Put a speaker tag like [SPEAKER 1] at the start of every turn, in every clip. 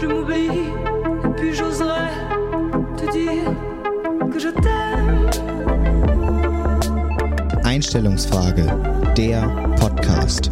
[SPEAKER 1] je m'oublie, et puis j'oserai te dire que je t'aime.
[SPEAKER 2] Einstellungsfrage, der Podcast.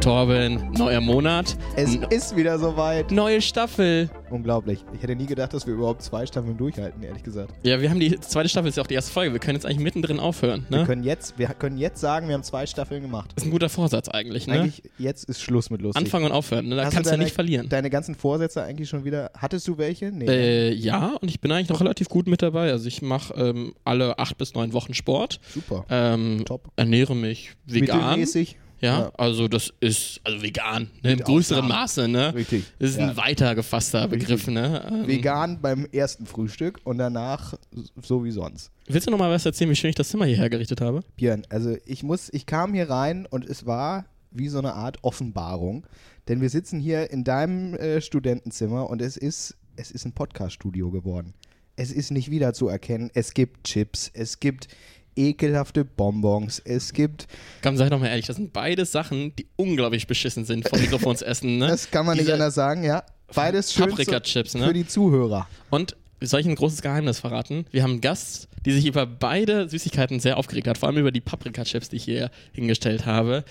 [SPEAKER 3] Torben, neuer Monat.
[SPEAKER 2] Es ist wieder soweit.
[SPEAKER 3] Neue Staffel.
[SPEAKER 2] Unglaublich. Ich hätte nie gedacht, dass wir überhaupt zwei Staffeln durchhalten, ehrlich gesagt.
[SPEAKER 3] Ja, wir haben die zweite Staffel, ist ja auch die erste Folge. Wir können jetzt eigentlich mittendrin aufhören. Ne?
[SPEAKER 2] Wir, können jetzt, wir können jetzt sagen, wir haben zwei Staffeln gemacht.
[SPEAKER 3] Ist ein guter Vorsatz eigentlich, ne?
[SPEAKER 2] Eigentlich, jetzt ist Schluss mit lustig.
[SPEAKER 3] Anfangen und aufhören, ne? da
[SPEAKER 2] Hast
[SPEAKER 3] kannst du ja
[SPEAKER 2] deine-
[SPEAKER 3] nicht verlieren.
[SPEAKER 2] Deine ganzen Vorsätze eigentlich schon wieder. Hattest du welche? Nee.
[SPEAKER 3] Äh, ja, und ich bin eigentlich noch relativ gut mit dabei. Also ich mache ähm, alle acht bis neun Wochen Sport,
[SPEAKER 2] Super.
[SPEAKER 3] ähm,
[SPEAKER 2] Top.
[SPEAKER 3] ernähre mich vegan.
[SPEAKER 2] Mittelmäßig.
[SPEAKER 3] Ja,
[SPEAKER 2] Ja.
[SPEAKER 3] also das ist, also vegan, ne, im
[SPEAKER 2] Mit
[SPEAKER 3] größeren
[SPEAKER 2] Ausnahmen.
[SPEAKER 3] Maße, ne?
[SPEAKER 2] Richtig.
[SPEAKER 3] Das ist
[SPEAKER 2] Ja.
[SPEAKER 3] ein weiter gefasster Begriff, ne? Ähm,
[SPEAKER 2] Vegan beim ersten Frühstück und danach so wie sonst.
[SPEAKER 3] Willst du noch mal was erzählen, wie schön ich das Zimmer hier hergerichtet habe?
[SPEAKER 2] Björn, also ich muss, ich kam hier rein und es war wie so eine Art Offenbarung, denn wir sitzen hier in deinem äh, Studentenzimmer und es ist, es ist ein Podcast-Studio geworden. Es ist nicht wiederzuerkennen. Es gibt Chips, es gibt ekelhafte Bonbons, es gibt,
[SPEAKER 3] Komm, sei doch mal ehrlich, das sind beides Sachen, die unglaublich beschissen sind vom Mikrofonsessen, ne?
[SPEAKER 2] das kann man nicht
[SPEAKER 3] Diese-
[SPEAKER 2] anders sagen, ja. Beides schön zu-
[SPEAKER 3] Paprika-Chips, ne?
[SPEAKER 2] für die Zuhörer.
[SPEAKER 3] Und soll ich ein großes Geheimnis verraten? Wir haben einen Gast, die sich über beide Süßigkeiten sehr aufgeregt hat, vor allem über die Paprika-Chips, die ich hier hingestellt habe.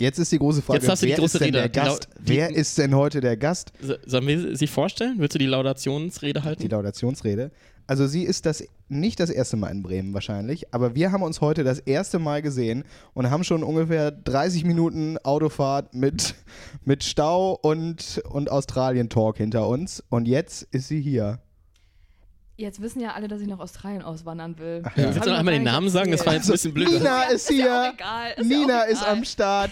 [SPEAKER 2] Jetzt ist die große Frage,
[SPEAKER 3] Jetzt hast du die
[SPEAKER 2] wer
[SPEAKER 3] große
[SPEAKER 2] ist denn
[SPEAKER 3] Rede.
[SPEAKER 2] der
[SPEAKER 3] Genau,
[SPEAKER 2] Gast?
[SPEAKER 3] Die Lau-
[SPEAKER 2] wer
[SPEAKER 3] die-
[SPEAKER 2] ist denn heute der Gast?
[SPEAKER 3] So- Sollen wir sie vorstellen? Willst du die Laudationsrede halten?
[SPEAKER 2] die Laudationsrede. Also sie ist das nicht das erste Mal in Bremen wahrscheinlich, aber wir haben uns heute das erste Mal gesehen und haben schon ungefähr 30 Minuten Autofahrt mit, mit Stau und, und Australien-Talk hinter uns. Und jetzt ist sie hier.
[SPEAKER 4] Jetzt wissen ja alle, dass ich nach Australien auswandern will.
[SPEAKER 2] ja.
[SPEAKER 3] Willst du noch einmal den Namen sagen? Das war jetzt ein bisschen blöd.
[SPEAKER 2] Nina ist
[SPEAKER 4] Ist ja
[SPEAKER 2] hier!
[SPEAKER 4] auch egal. Ist ja auch
[SPEAKER 2] Nina
[SPEAKER 4] egal.
[SPEAKER 2] ist am Start.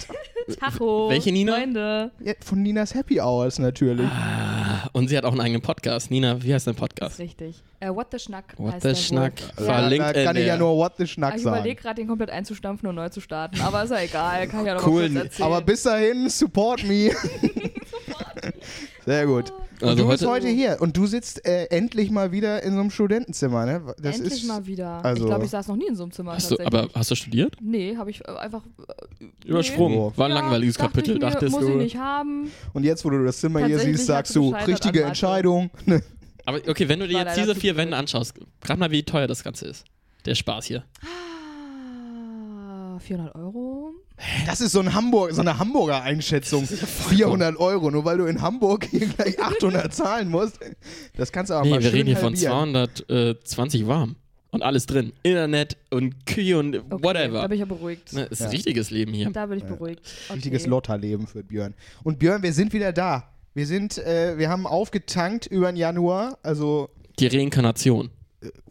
[SPEAKER 4] Tacho.
[SPEAKER 3] Welche Nina?
[SPEAKER 4] Freunde.
[SPEAKER 2] Ja, von Ninas Happy Hours natürlich.
[SPEAKER 4] Ah,
[SPEAKER 3] Und sie hat auch einen eigenen Podcast. Nina, wie heißt dein
[SPEAKER 4] Das ist
[SPEAKER 3] Podcast?
[SPEAKER 4] richtig. Äh, what the Schnack
[SPEAKER 3] What
[SPEAKER 4] heißt
[SPEAKER 3] the
[SPEAKER 4] der
[SPEAKER 3] Schnack.
[SPEAKER 4] wohl. Ja.
[SPEAKER 3] Verlinkt
[SPEAKER 2] da kann
[SPEAKER 3] in
[SPEAKER 2] ich ja
[SPEAKER 3] der-
[SPEAKER 2] nur What the Schnack
[SPEAKER 4] Ah, Ich
[SPEAKER 2] sagen.
[SPEAKER 4] überlege gerade, den komplett einzustampfen und neu zu starten. Aber ist ja egal. Kann ich ja noch
[SPEAKER 3] Cool.
[SPEAKER 4] mal kurz erzählen.
[SPEAKER 2] Aber bis dahin, support me. Sehr gut. Und
[SPEAKER 3] Also
[SPEAKER 2] du bist
[SPEAKER 3] heute-
[SPEAKER 2] heute hier und du sitzt äh, endlich mal wieder in so einem Studentenzimmer, ne? Das
[SPEAKER 4] Endlich
[SPEAKER 2] ist,
[SPEAKER 4] mal wieder.
[SPEAKER 2] also-
[SPEAKER 4] ich glaube, ich saß noch nie in so einem Zimmer.
[SPEAKER 3] Hast du,
[SPEAKER 4] tatsächlich.
[SPEAKER 3] aber hast du studiert?
[SPEAKER 4] nee, habe ich äh, einfach. äh,
[SPEAKER 3] Übersprungen.
[SPEAKER 2] Nee.
[SPEAKER 3] War ein
[SPEAKER 4] Ja,
[SPEAKER 3] langweiliges
[SPEAKER 4] dachte
[SPEAKER 3] Kapitel,
[SPEAKER 4] ich mir,
[SPEAKER 3] dachtest
[SPEAKER 4] muss
[SPEAKER 3] du.
[SPEAKER 4] ich nicht haben.
[SPEAKER 2] Und jetzt, wo du das Zimmer hier
[SPEAKER 4] Tatsächlich
[SPEAKER 2] siehst, sagst
[SPEAKER 4] hast du
[SPEAKER 2] du,
[SPEAKER 4] gescheitert
[SPEAKER 2] richtige
[SPEAKER 4] an Mathe.
[SPEAKER 2] Entscheidung. Ne,
[SPEAKER 3] Aber okay, wenn du dir
[SPEAKER 4] War
[SPEAKER 3] jetzt
[SPEAKER 4] leider
[SPEAKER 3] diese
[SPEAKER 4] zu
[SPEAKER 3] vier
[SPEAKER 4] blöd.
[SPEAKER 3] Wände anschaust, gerade mal, wie teuer das Ganze ist. Der Spaß hier.
[SPEAKER 4] Ah, 400 Euro.
[SPEAKER 2] Das ist so, ein Hamburg, so eine Hamburger Einschätzung. 400 Euro, nur weil du in Hamburg hier gleich 800 zahlen musst. Das kannst du aber
[SPEAKER 3] Nee,
[SPEAKER 2] mal
[SPEAKER 3] wir
[SPEAKER 2] schön
[SPEAKER 3] reden hier von
[SPEAKER 2] halbieren.
[SPEAKER 3] 220 warm. Und alles drin. Internet und Kühe und
[SPEAKER 4] Okay,
[SPEAKER 3] whatever.
[SPEAKER 4] Da bin ich ja beruhigt.
[SPEAKER 3] Ne, ist
[SPEAKER 2] Ja.
[SPEAKER 3] ein richtiges Leben hier.
[SPEAKER 4] Da bin ich beruhigt. Okay.
[SPEAKER 2] Richtiges Lotterleben für Björn. Und Björn, wir sind wieder da. Wir sind, äh, wir haben aufgetankt über den Januar, also
[SPEAKER 3] Die Reinkarnation.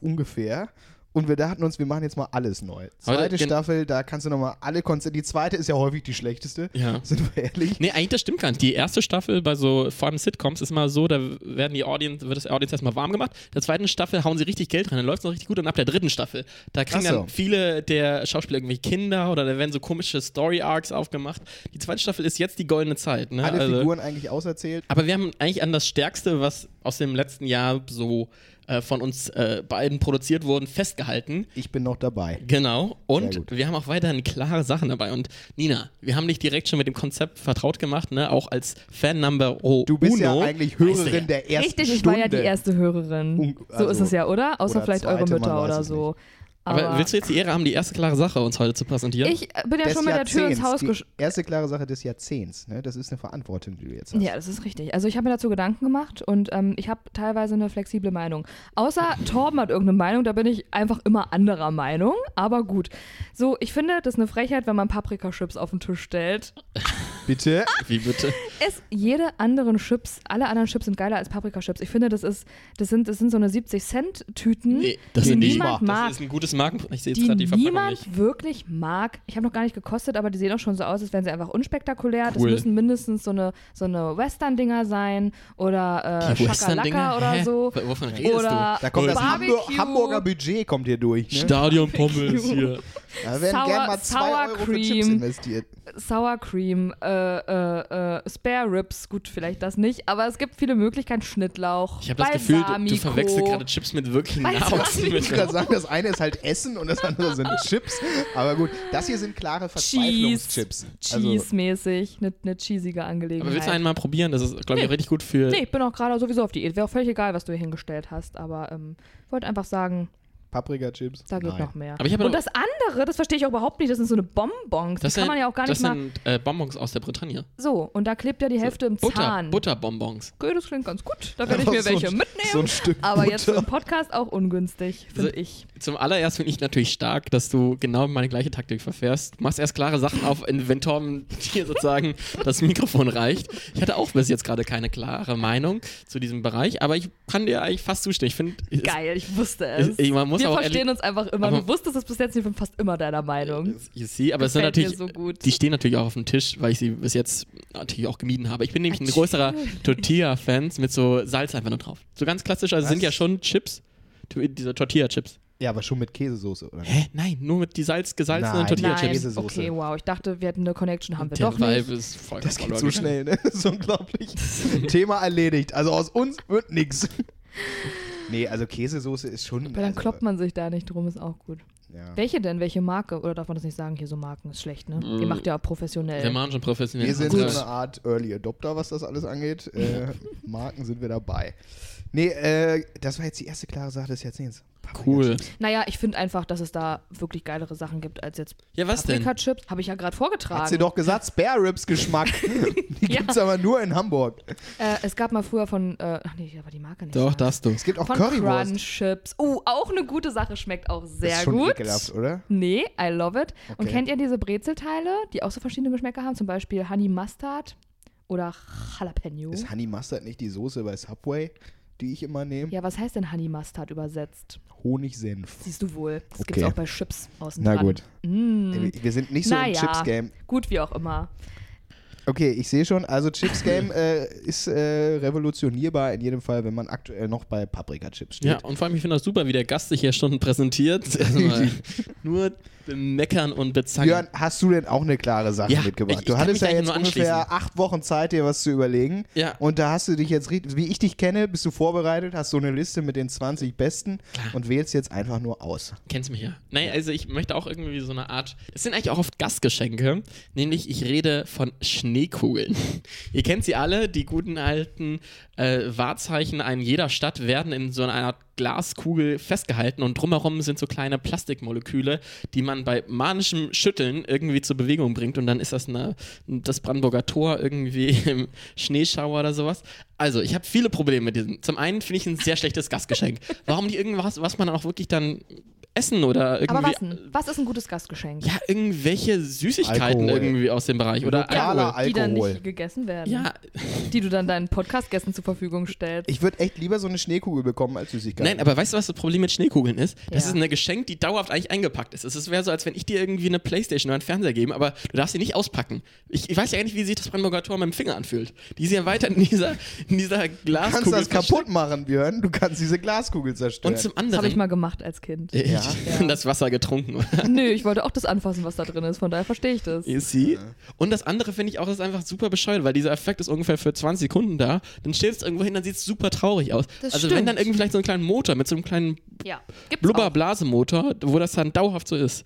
[SPEAKER 2] ungefähr. Und wir dachten uns, wir machen jetzt mal alles neu.
[SPEAKER 3] Heute
[SPEAKER 2] Zweite
[SPEAKER 3] gen-
[SPEAKER 2] Staffel, da kannst du nochmal alle Konzerte. Die zweite ist ja häufig die schlechteste.
[SPEAKER 3] Ja.
[SPEAKER 2] Sind wir ehrlich?
[SPEAKER 3] Nee, eigentlich das stimmt gar nicht. Die erste Staffel bei so, vor allem Sitcoms, ist mal so, da werden die Audience, wird das Audience erstmal warm gemacht. In der zweiten Staffel hauen sie richtig Geld rein, dann läuft es noch richtig gut. Und ab der dritten Staffel, da kriegen
[SPEAKER 2] Ach so.
[SPEAKER 3] dann viele der Schauspieler irgendwie Kinder oder da werden so komische Story-Arcs aufgemacht. Die zweite Staffel ist jetzt die goldene Zeit. Ne?
[SPEAKER 2] Alle
[SPEAKER 3] Also-
[SPEAKER 2] Figuren eigentlich auserzählt.
[SPEAKER 3] Aber wir haben eigentlich an das Stärkste, was aus dem letzten Jahr so äh, von uns äh, beiden produziert wurden, festgehalten.
[SPEAKER 2] Ich bin noch dabei.
[SPEAKER 3] Genau.
[SPEAKER 2] Sehr
[SPEAKER 3] Und
[SPEAKER 2] gut.
[SPEAKER 3] wir haben auch weiterhin klare Sachen dabei. Und Nina, wir haben dich direkt schon mit dem Konzept vertraut gemacht, ne? Auch als Fan Number Uno.
[SPEAKER 2] Du bist ja eigentlich
[SPEAKER 3] Weißt du ja.
[SPEAKER 2] Hörerin der ersten
[SPEAKER 4] Richtig, ich
[SPEAKER 2] Stunde.
[SPEAKER 4] war ja die erste Hörerin.
[SPEAKER 2] Un-
[SPEAKER 4] so ist
[SPEAKER 2] also-
[SPEAKER 4] es ja, oder? Außer
[SPEAKER 2] oder
[SPEAKER 4] vielleicht eure
[SPEAKER 2] zweite, man
[SPEAKER 4] Mütter
[SPEAKER 2] weiß
[SPEAKER 4] oder
[SPEAKER 2] es
[SPEAKER 4] so.
[SPEAKER 3] Aber, willst du jetzt die Ehre haben, die erste klare Sache uns heute zu präsentieren?
[SPEAKER 4] ich äh, bin ja
[SPEAKER 2] Des
[SPEAKER 4] schon mit der Tür ins
[SPEAKER 2] Jahrzehnts.
[SPEAKER 4] Haus gesch...
[SPEAKER 2] Die erste klare Sache des Jahrzehnts. Ne? Das ist eine Verantwortung, die du jetzt hast.
[SPEAKER 4] Ja, das ist richtig. Also ich habe mir dazu Gedanken gemacht und ähm, ich habe teilweise eine flexible Meinung. Außer Torben hat irgendeine Meinung, da bin ich einfach immer anderer Meinung. Aber gut. So, ich finde, das ist eine Frechheit, wenn man Paprika-Chips auf den Tisch stellt.
[SPEAKER 2] Bitte.
[SPEAKER 3] Wie bitte?
[SPEAKER 4] Es, jede anderen Chips, alle anderen Chips sind geiler als Paprika-Chips. Ich finde, das ist, das sind, das sind so eine 70-Cent-Tüten.
[SPEAKER 3] Nee, das
[SPEAKER 4] die
[SPEAKER 3] sind die.
[SPEAKER 4] niemand mag.
[SPEAKER 3] Das ist ein gutes Marken. Ich sehe jetzt gerade die
[SPEAKER 4] die
[SPEAKER 3] Verpackung
[SPEAKER 4] niemand
[SPEAKER 3] nicht.
[SPEAKER 4] wirklich mag. Ich habe noch gar nicht gekostet, aber die sehen auch schon so aus, als wären sie einfach unspektakulär.
[SPEAKER 3] Cool.
[SPEAKER 4] Das müssen mindestens so eine, so eine Western-Dinger sein oder äh,
[SPEAKER 3] Die Western-Dinger?
[SPEAKER 4] Shakalaka oder
[SPEAKER 3] Hä?
[SPEAKER 4] so.
[SPEAKER 3] W- Wovon redest
[SPEAKER 4] Oder
[SPEAKER 2] Da kommt das
[SPEAKER 4] Barbecue,
[SPEAKER 2] Hamburg Hamburger Budget kommt hier durch.
[SPEAKER 3] du?
[SPEAKER 2] Ne?
[SPEAKER 3] Stadion-Pommes hier.
[SPEAKER 2] Da werden
[SPEAKER 4] Sour-
[SPEAKER 2] gerne mal 2
[SPEAKER 4] Sour
[SPEAKER 2] Euro für
[SPEAKER 4] Cream.
[SPEAKER 2] Chips investiert.
[SPEAKER 4] Sour Cream, äh, äh, äh, Spare Ribs. Gut, vielleicht das nicht, aber es gibt viele Möglichkeiten. Schnittlauch,
[SPEAKER 3] Ich habe das Gefühl, du,
[SPEAKER 4] Balsamico.
[SPEAKER 3] du verwechselst gerade Chips mit wirklichen
[SPEAKER 4] Balsamico.
[SPEAKER 2] Ich würde
[SPEAKER 3] Nahrungsmitteln.
[SPEAKER 2] gerade sagen, das eine ist halt Essen und das andere sind Chips. Aber gut, das hier sind klare Verzweiflungschips. Also,
[SPEAKER 4] Cheese-mäßig, eine ne cheesige Angelegenheit.
[SPEAKER 3] Aber willst du einen mal probieren? Das ist, glaube
[SPEAKER 4] Nee.
[SPEAKER 3] ich, auch richtig gut für.
[SPEAKER 4] Nee, ich bin auch gerade sowieso auf Diät. Wäre auch völlig egal, was du hier hingestellt hast. Aber ähm, wollte einfach sagen,
[SPEAKER 2] Paprika-Chips.
[SPEAKER 4] da geht
[SPEAKER 2] Nein.
[SPEAKER 4] noch mehr.
[SPEAKER 3] Aber ich habe
[SPEAKER 4] Und
[SPEAKER 3] noch-
[SPEAKER 4] das andere, das verstehe ich auch überhaupt nicht. Das sind so eine Bonbons. Das,
[SPEAKER 3] Das
[SPEAKER 4] kann man
[SPEAKER 3] sind-
[SPEAKER 4] ja auch gar
[SPEAKER 3] das
[SPEAKER 4] nicht mal.
[SPEAKER 3] sind äh, Bonbons aus der Bretagne.
[SPEAKER 4] So, und da klebt ja die Hälfte im
[SPEAKER 3] Butter,
[SPEAKER 4] Zahn.
[SPEAKER 3] Butterbonbons.
[SPEAKER 4] Okay, das klingt ganz gut. Da werde ich
[SPEAKER 2] Einfach
[SPEAKER 4] mir
[SPEAKER 2] so
[SPEAKER 4] welche
[SPEAKER 2] ein-
[SPEAKER 4] mitnehmen.
[SPEAKER 2] So ein Stück
[SPEAKER 4] aber jetzt
[SPEAKER 2] Butter.
[SPEAKER 4] im Podcast auch ungünstig, finde
[SPEAKER 3] So-
[SPEAKER 4] ich.
[SPEAKER 3] Zum allererst finde ich natürlich stark, dass du genau meine gleiche Taktik verfährst. Du machst erst klare Sachen auf, in- wenn Tom dir sozusagen das Mikrofon reicht. Ich hatte auch bis jetzt gerade keine klare Meinung zu diesem Bereich, aber ich kann dir eigentlich fast zustimmen. Ich finde, es-
[SPEAKER 4] Geil, ich wusste
[SPEAKER 3] es-
[SPEAKER 4] es.
[SPEAKER 3] ich- man muss
[SPEAKER 4] Wir
[SPEAKER 3] auch
[SPEAKER 4] verstehen uns einfach immer.
[SPEAKER 3] aber-
[SPEAKER 4] Du wusstest es bis jetzt, ich bin fast immer deiner Meinung.
[SPEAKER 3] You see, aber es sind
[SPEAKER 4] Gefällt mir
[SPEAKER 3] natürlich,
[SPEAKER 4] so gut.
[SPEAKER 3] die stehen natürlich auch auf dem Tisch, weil ich sie bis jetzt natürlich auch gemieden habe. Ich bin nämlich ein
[SPEAKER 4] Natürlich.
[SPEAKER 3] größerer Tortilla-Fans mit so Salz einfach nur drauf. So ganz klassisch, also
[SPEAKER 2] Was?
[SPEAKER 3] sind ja schon Chips, tu- diese Tortilla-Chips.
[SPEAKER 2] Ja, aber schon mit Käsesoße, oder?
[SPEAKER 3] Hä? Nein, nur mit die Salz gesalzenen
[SPEAKER 2] Nein.
[SPEAKER 3] Tortilla-Chips.
[SPEAKER 4] Nein,
[SPEAKER 2] Käsesoße.
[SPEAKER 4] okay, wow. Ich dachte, wir hätten eine Connection, haben wir
[SPEAKER 3] Der
[SPEAKER 4] doch nicht.
[SPEAKER 3] Vibe ist voll
[SPEAKER 2] Das geht so schnell, ne? Das ist unglaublich. Thema erledigt. Also aus uns wird nichts. Nee, also Käsesoße ist schon.
[SPEAKER 4] Aber dann
[SPEAKER 2] also,
[SPEAKER 4] kloppt man sich da nicht drum, ist auch gut.
[SPEAKER 2] Ja.
[SPEAKER 4] Welche denn? Welche Marke? Oder darf man das nicht sagen? Hier so Marken ist schlecht, ne?
[SPEAKER 2] Mm.
[SPEAKER 4] Ihr macht ja auch professionell.
[SPEAKER 3] Wir machen schon professionell.
[SPEAKER 2] Wir sind so
[SPEAKER 3] Gut.
[SPEAKER 2] eine Art Early Adopter, was das alles angeht. Äh, Marken sind wir dabei. Nee, äh, das war jetzt die erste klare Sache des Jahrzehnts.
[SPEAKER 3] cool.
[SPEAKER 4] naja, ich finde einfach, dass es da wirklich geilere Sachen gibt als jetzt
[SPEAKER 3] Ja, was denn?
[SPEAKER 4] Paprika-Chips. Habe ich ja gerade vorgetragen.
[SPEAKER 2] Hat sie doch gesagt, Spare Ribs Geschmack. Die
[SPEAKER 4] Ja.
[SPEAKER 2] gibt's aber nur in Hamburg.
[SPEAKER 4] äh, es gab mal früher von, äh, ach nee, aber die Marke nicht.
[SPEAKER 3] Doch,
[SPEAKER 4] sagen.
[SPEAKER 3] darfst du.
[SPEAKER 2] Es gibt auch
[SPEAKER 4] Von
[SPEAKER 2] Currywurst.
[SPEAKER 4] Crunch-Chips. Oh, auch eine gute Sache. Schmeckt auch sehr
[SPEAKER 2] das ist schon
[SPEAKER 4] gut.
[SPEAKER 2] ekelhaft, oder?
[SPEAKER 4] Nee, I love it. Und
[SPEAKER 2] Okay.
[SPEAKER 4] kennt ihr diese Brezelteile, die auch so verschiedene Geschmäcker haben? Zum Beispiel Honey Mustard oder Jalapeno.
[SPEAKER 2] Ist Honey Mustard nicht die Soße bei Subway, die ich immer nehme?
[SPEAKER 4] Ja, was heißt denn Honey Mustard übersetzt?
[SPEAKER 2] Honigsenf.
[SPEAKER 4] Siehst du wohl. Das
[SPEAKER 2] Okay.
[SPEAKER 4] gibt's auch bei Chips außen
[SPEAKER 2] Na
[SPEAKER 4] dran.
[SPEAKER 2] gut. Ey, Wir sind nicht so im
[SPEAKER 4] Naja.
[SPEAKER 2] Chips-Game.
[SPEAKER 4] Gut, wie auch immer.
[SPEAKER 2] Okay, ich sehe schon, also Chips-Game äh, ist äh, revolutionierbar in jedem Fall, wenn man aktuell noch bei Paprika-Chips steht.
[SPEAKER 3] Ja, und vor allem, ich finde das super, wie der Gast sich hier schon präsentiert. Also Nur meckern und bezangen.
[SPEAKER 2] Björn, hast du denn auch eine klare Sache
[SPEAKER 3] Ja,
[SPEAKER 2] mitgebracht?
[SPEAKER 3] ich- ich
[SPEAKER 2] du
[SPEAKER 3] kann mich
[SPEAKER 2] hattest ja
[SPEAKER 3] eigentlich
[SPEAKER 2] jetzt
[SPEAKER 3] nur anschließen.
[SPEAKER 2] ungefähr acht Wochen Zeit, dir was zu überlegen.
[SPEAKER 3] Ja.
[SPEAKER 2] Und da hast du dich jetzt, ri- wie ich dich kenne, bist du vorbereitet, hast so eine Liste mit den 20 Besten und wählst jetzt einfach nur aus.
[SPEAKER 3] Kennst mich ja. Naja, also ich möchte auch irgendwie so eine Art. Es sind eigentlich auch oft Gastgeschenke, nämlich ich rede von Schneekugeln. Ihr kennt sie alle, die guten alten äh, Wahrzeichen in jeder Stadt werden in so einer Art Glaskugel festgehalten und drumherum sind so kleine Plastikmoleküle, die man bei manischem Schütteln irgendwie zur Bewegung bringt und dann ist das eine, das Brandenburger Tor irgendwie im Schneeschauer oder sowas. Also, ich habe viele Probleme mit diesem. Zum einen finde ich ein sehr schlechtes Gastgeschenk. Warum die irgendwas, was man dann auch wirklich dann essen oder irgendwie.
[SPEAKER 4] Aber was denn? Was ist ein gutes Gastgeschenk?
[SPEAKER 3] Ja, irgendwelche Süßigkeiten
[SPEAKER 2] Alkohol.
[SPEAKER 3] irgendwie aus dem Bereich. Oder
[SPEAKER 2] Lokaler
[SPEAKER 4] Die dann
[SPEAKER 2] Alkohol.
[SPEAKER 4] nicht gegessen werden.
[SPEAKER 3] Ja,
[SPEAKER 4] Die du dann deinen Podcast-Gästen zur Verfügung stellst.
[SPEAKER 2] Ich würde echt lieber so eine Schneekugel bekommen als Süßigkeit.
[SPEAKER 3] nein, aber weißt du, was das Problem mit Schneekugeln ist? Das
[SPEAKER 4] Ja.
[SPEAKER 3] ist ein Geschenk, die dauerhaft eigentlich eingepackt ist. Es ist- wäre so, als wenn ich dir irgendwie eine Playstation oder einen Fernseher geben, aber du darfst sie nicht auspacken. Ich, ich weiß ja eigentlich, wie sich das Brandenburger Tor mit dem Finger anfühlt. Die ist ja weiter in dieser, in dieser
[SPEAKER 2] du
[SPEAKER 3] Glaskugel.
[SPEAKER 2] kannst das
[SPEAKER 3] versteckt.
[SPEAKER 2] kaputt machen, Björn. Du kannst diese Glaskugel zerstören.
[SPEAKER 3] Und zum
[SPEAKER 4] Das habe ich
[SPEAKER 3] anderen.
[SPEAKER 4] mal gemacht als Kind.
[SPEAKER 3] Ich das Wasser getrunken, oder?
[SPEAKER 4] Nö, ich wollte auch das anfassen, was da drin ist. Von daher verstehe ich das.
[SPEAKER 3] You see? Und das andere finde ich auch, ist einfach super bescheuert, weil dieser Effekt ist ungefähr für 20 Sekunden da. Dann stellst du irgendwo hin, dann sieht es super traurig aus.
[SPEAKER 4] Das
[SPEAKER 3] also wenn
[SPEAKER 4] stimmt.
[SPEAKER 3] dann irgendwie vielleicht so einen kleinen Motor mit so einem kleinen
[SPEAKER 4] Ja. Gibt's auch.
[SPEAKER 3] Blubberblasemotor, wo das dann dauerhaft so ist.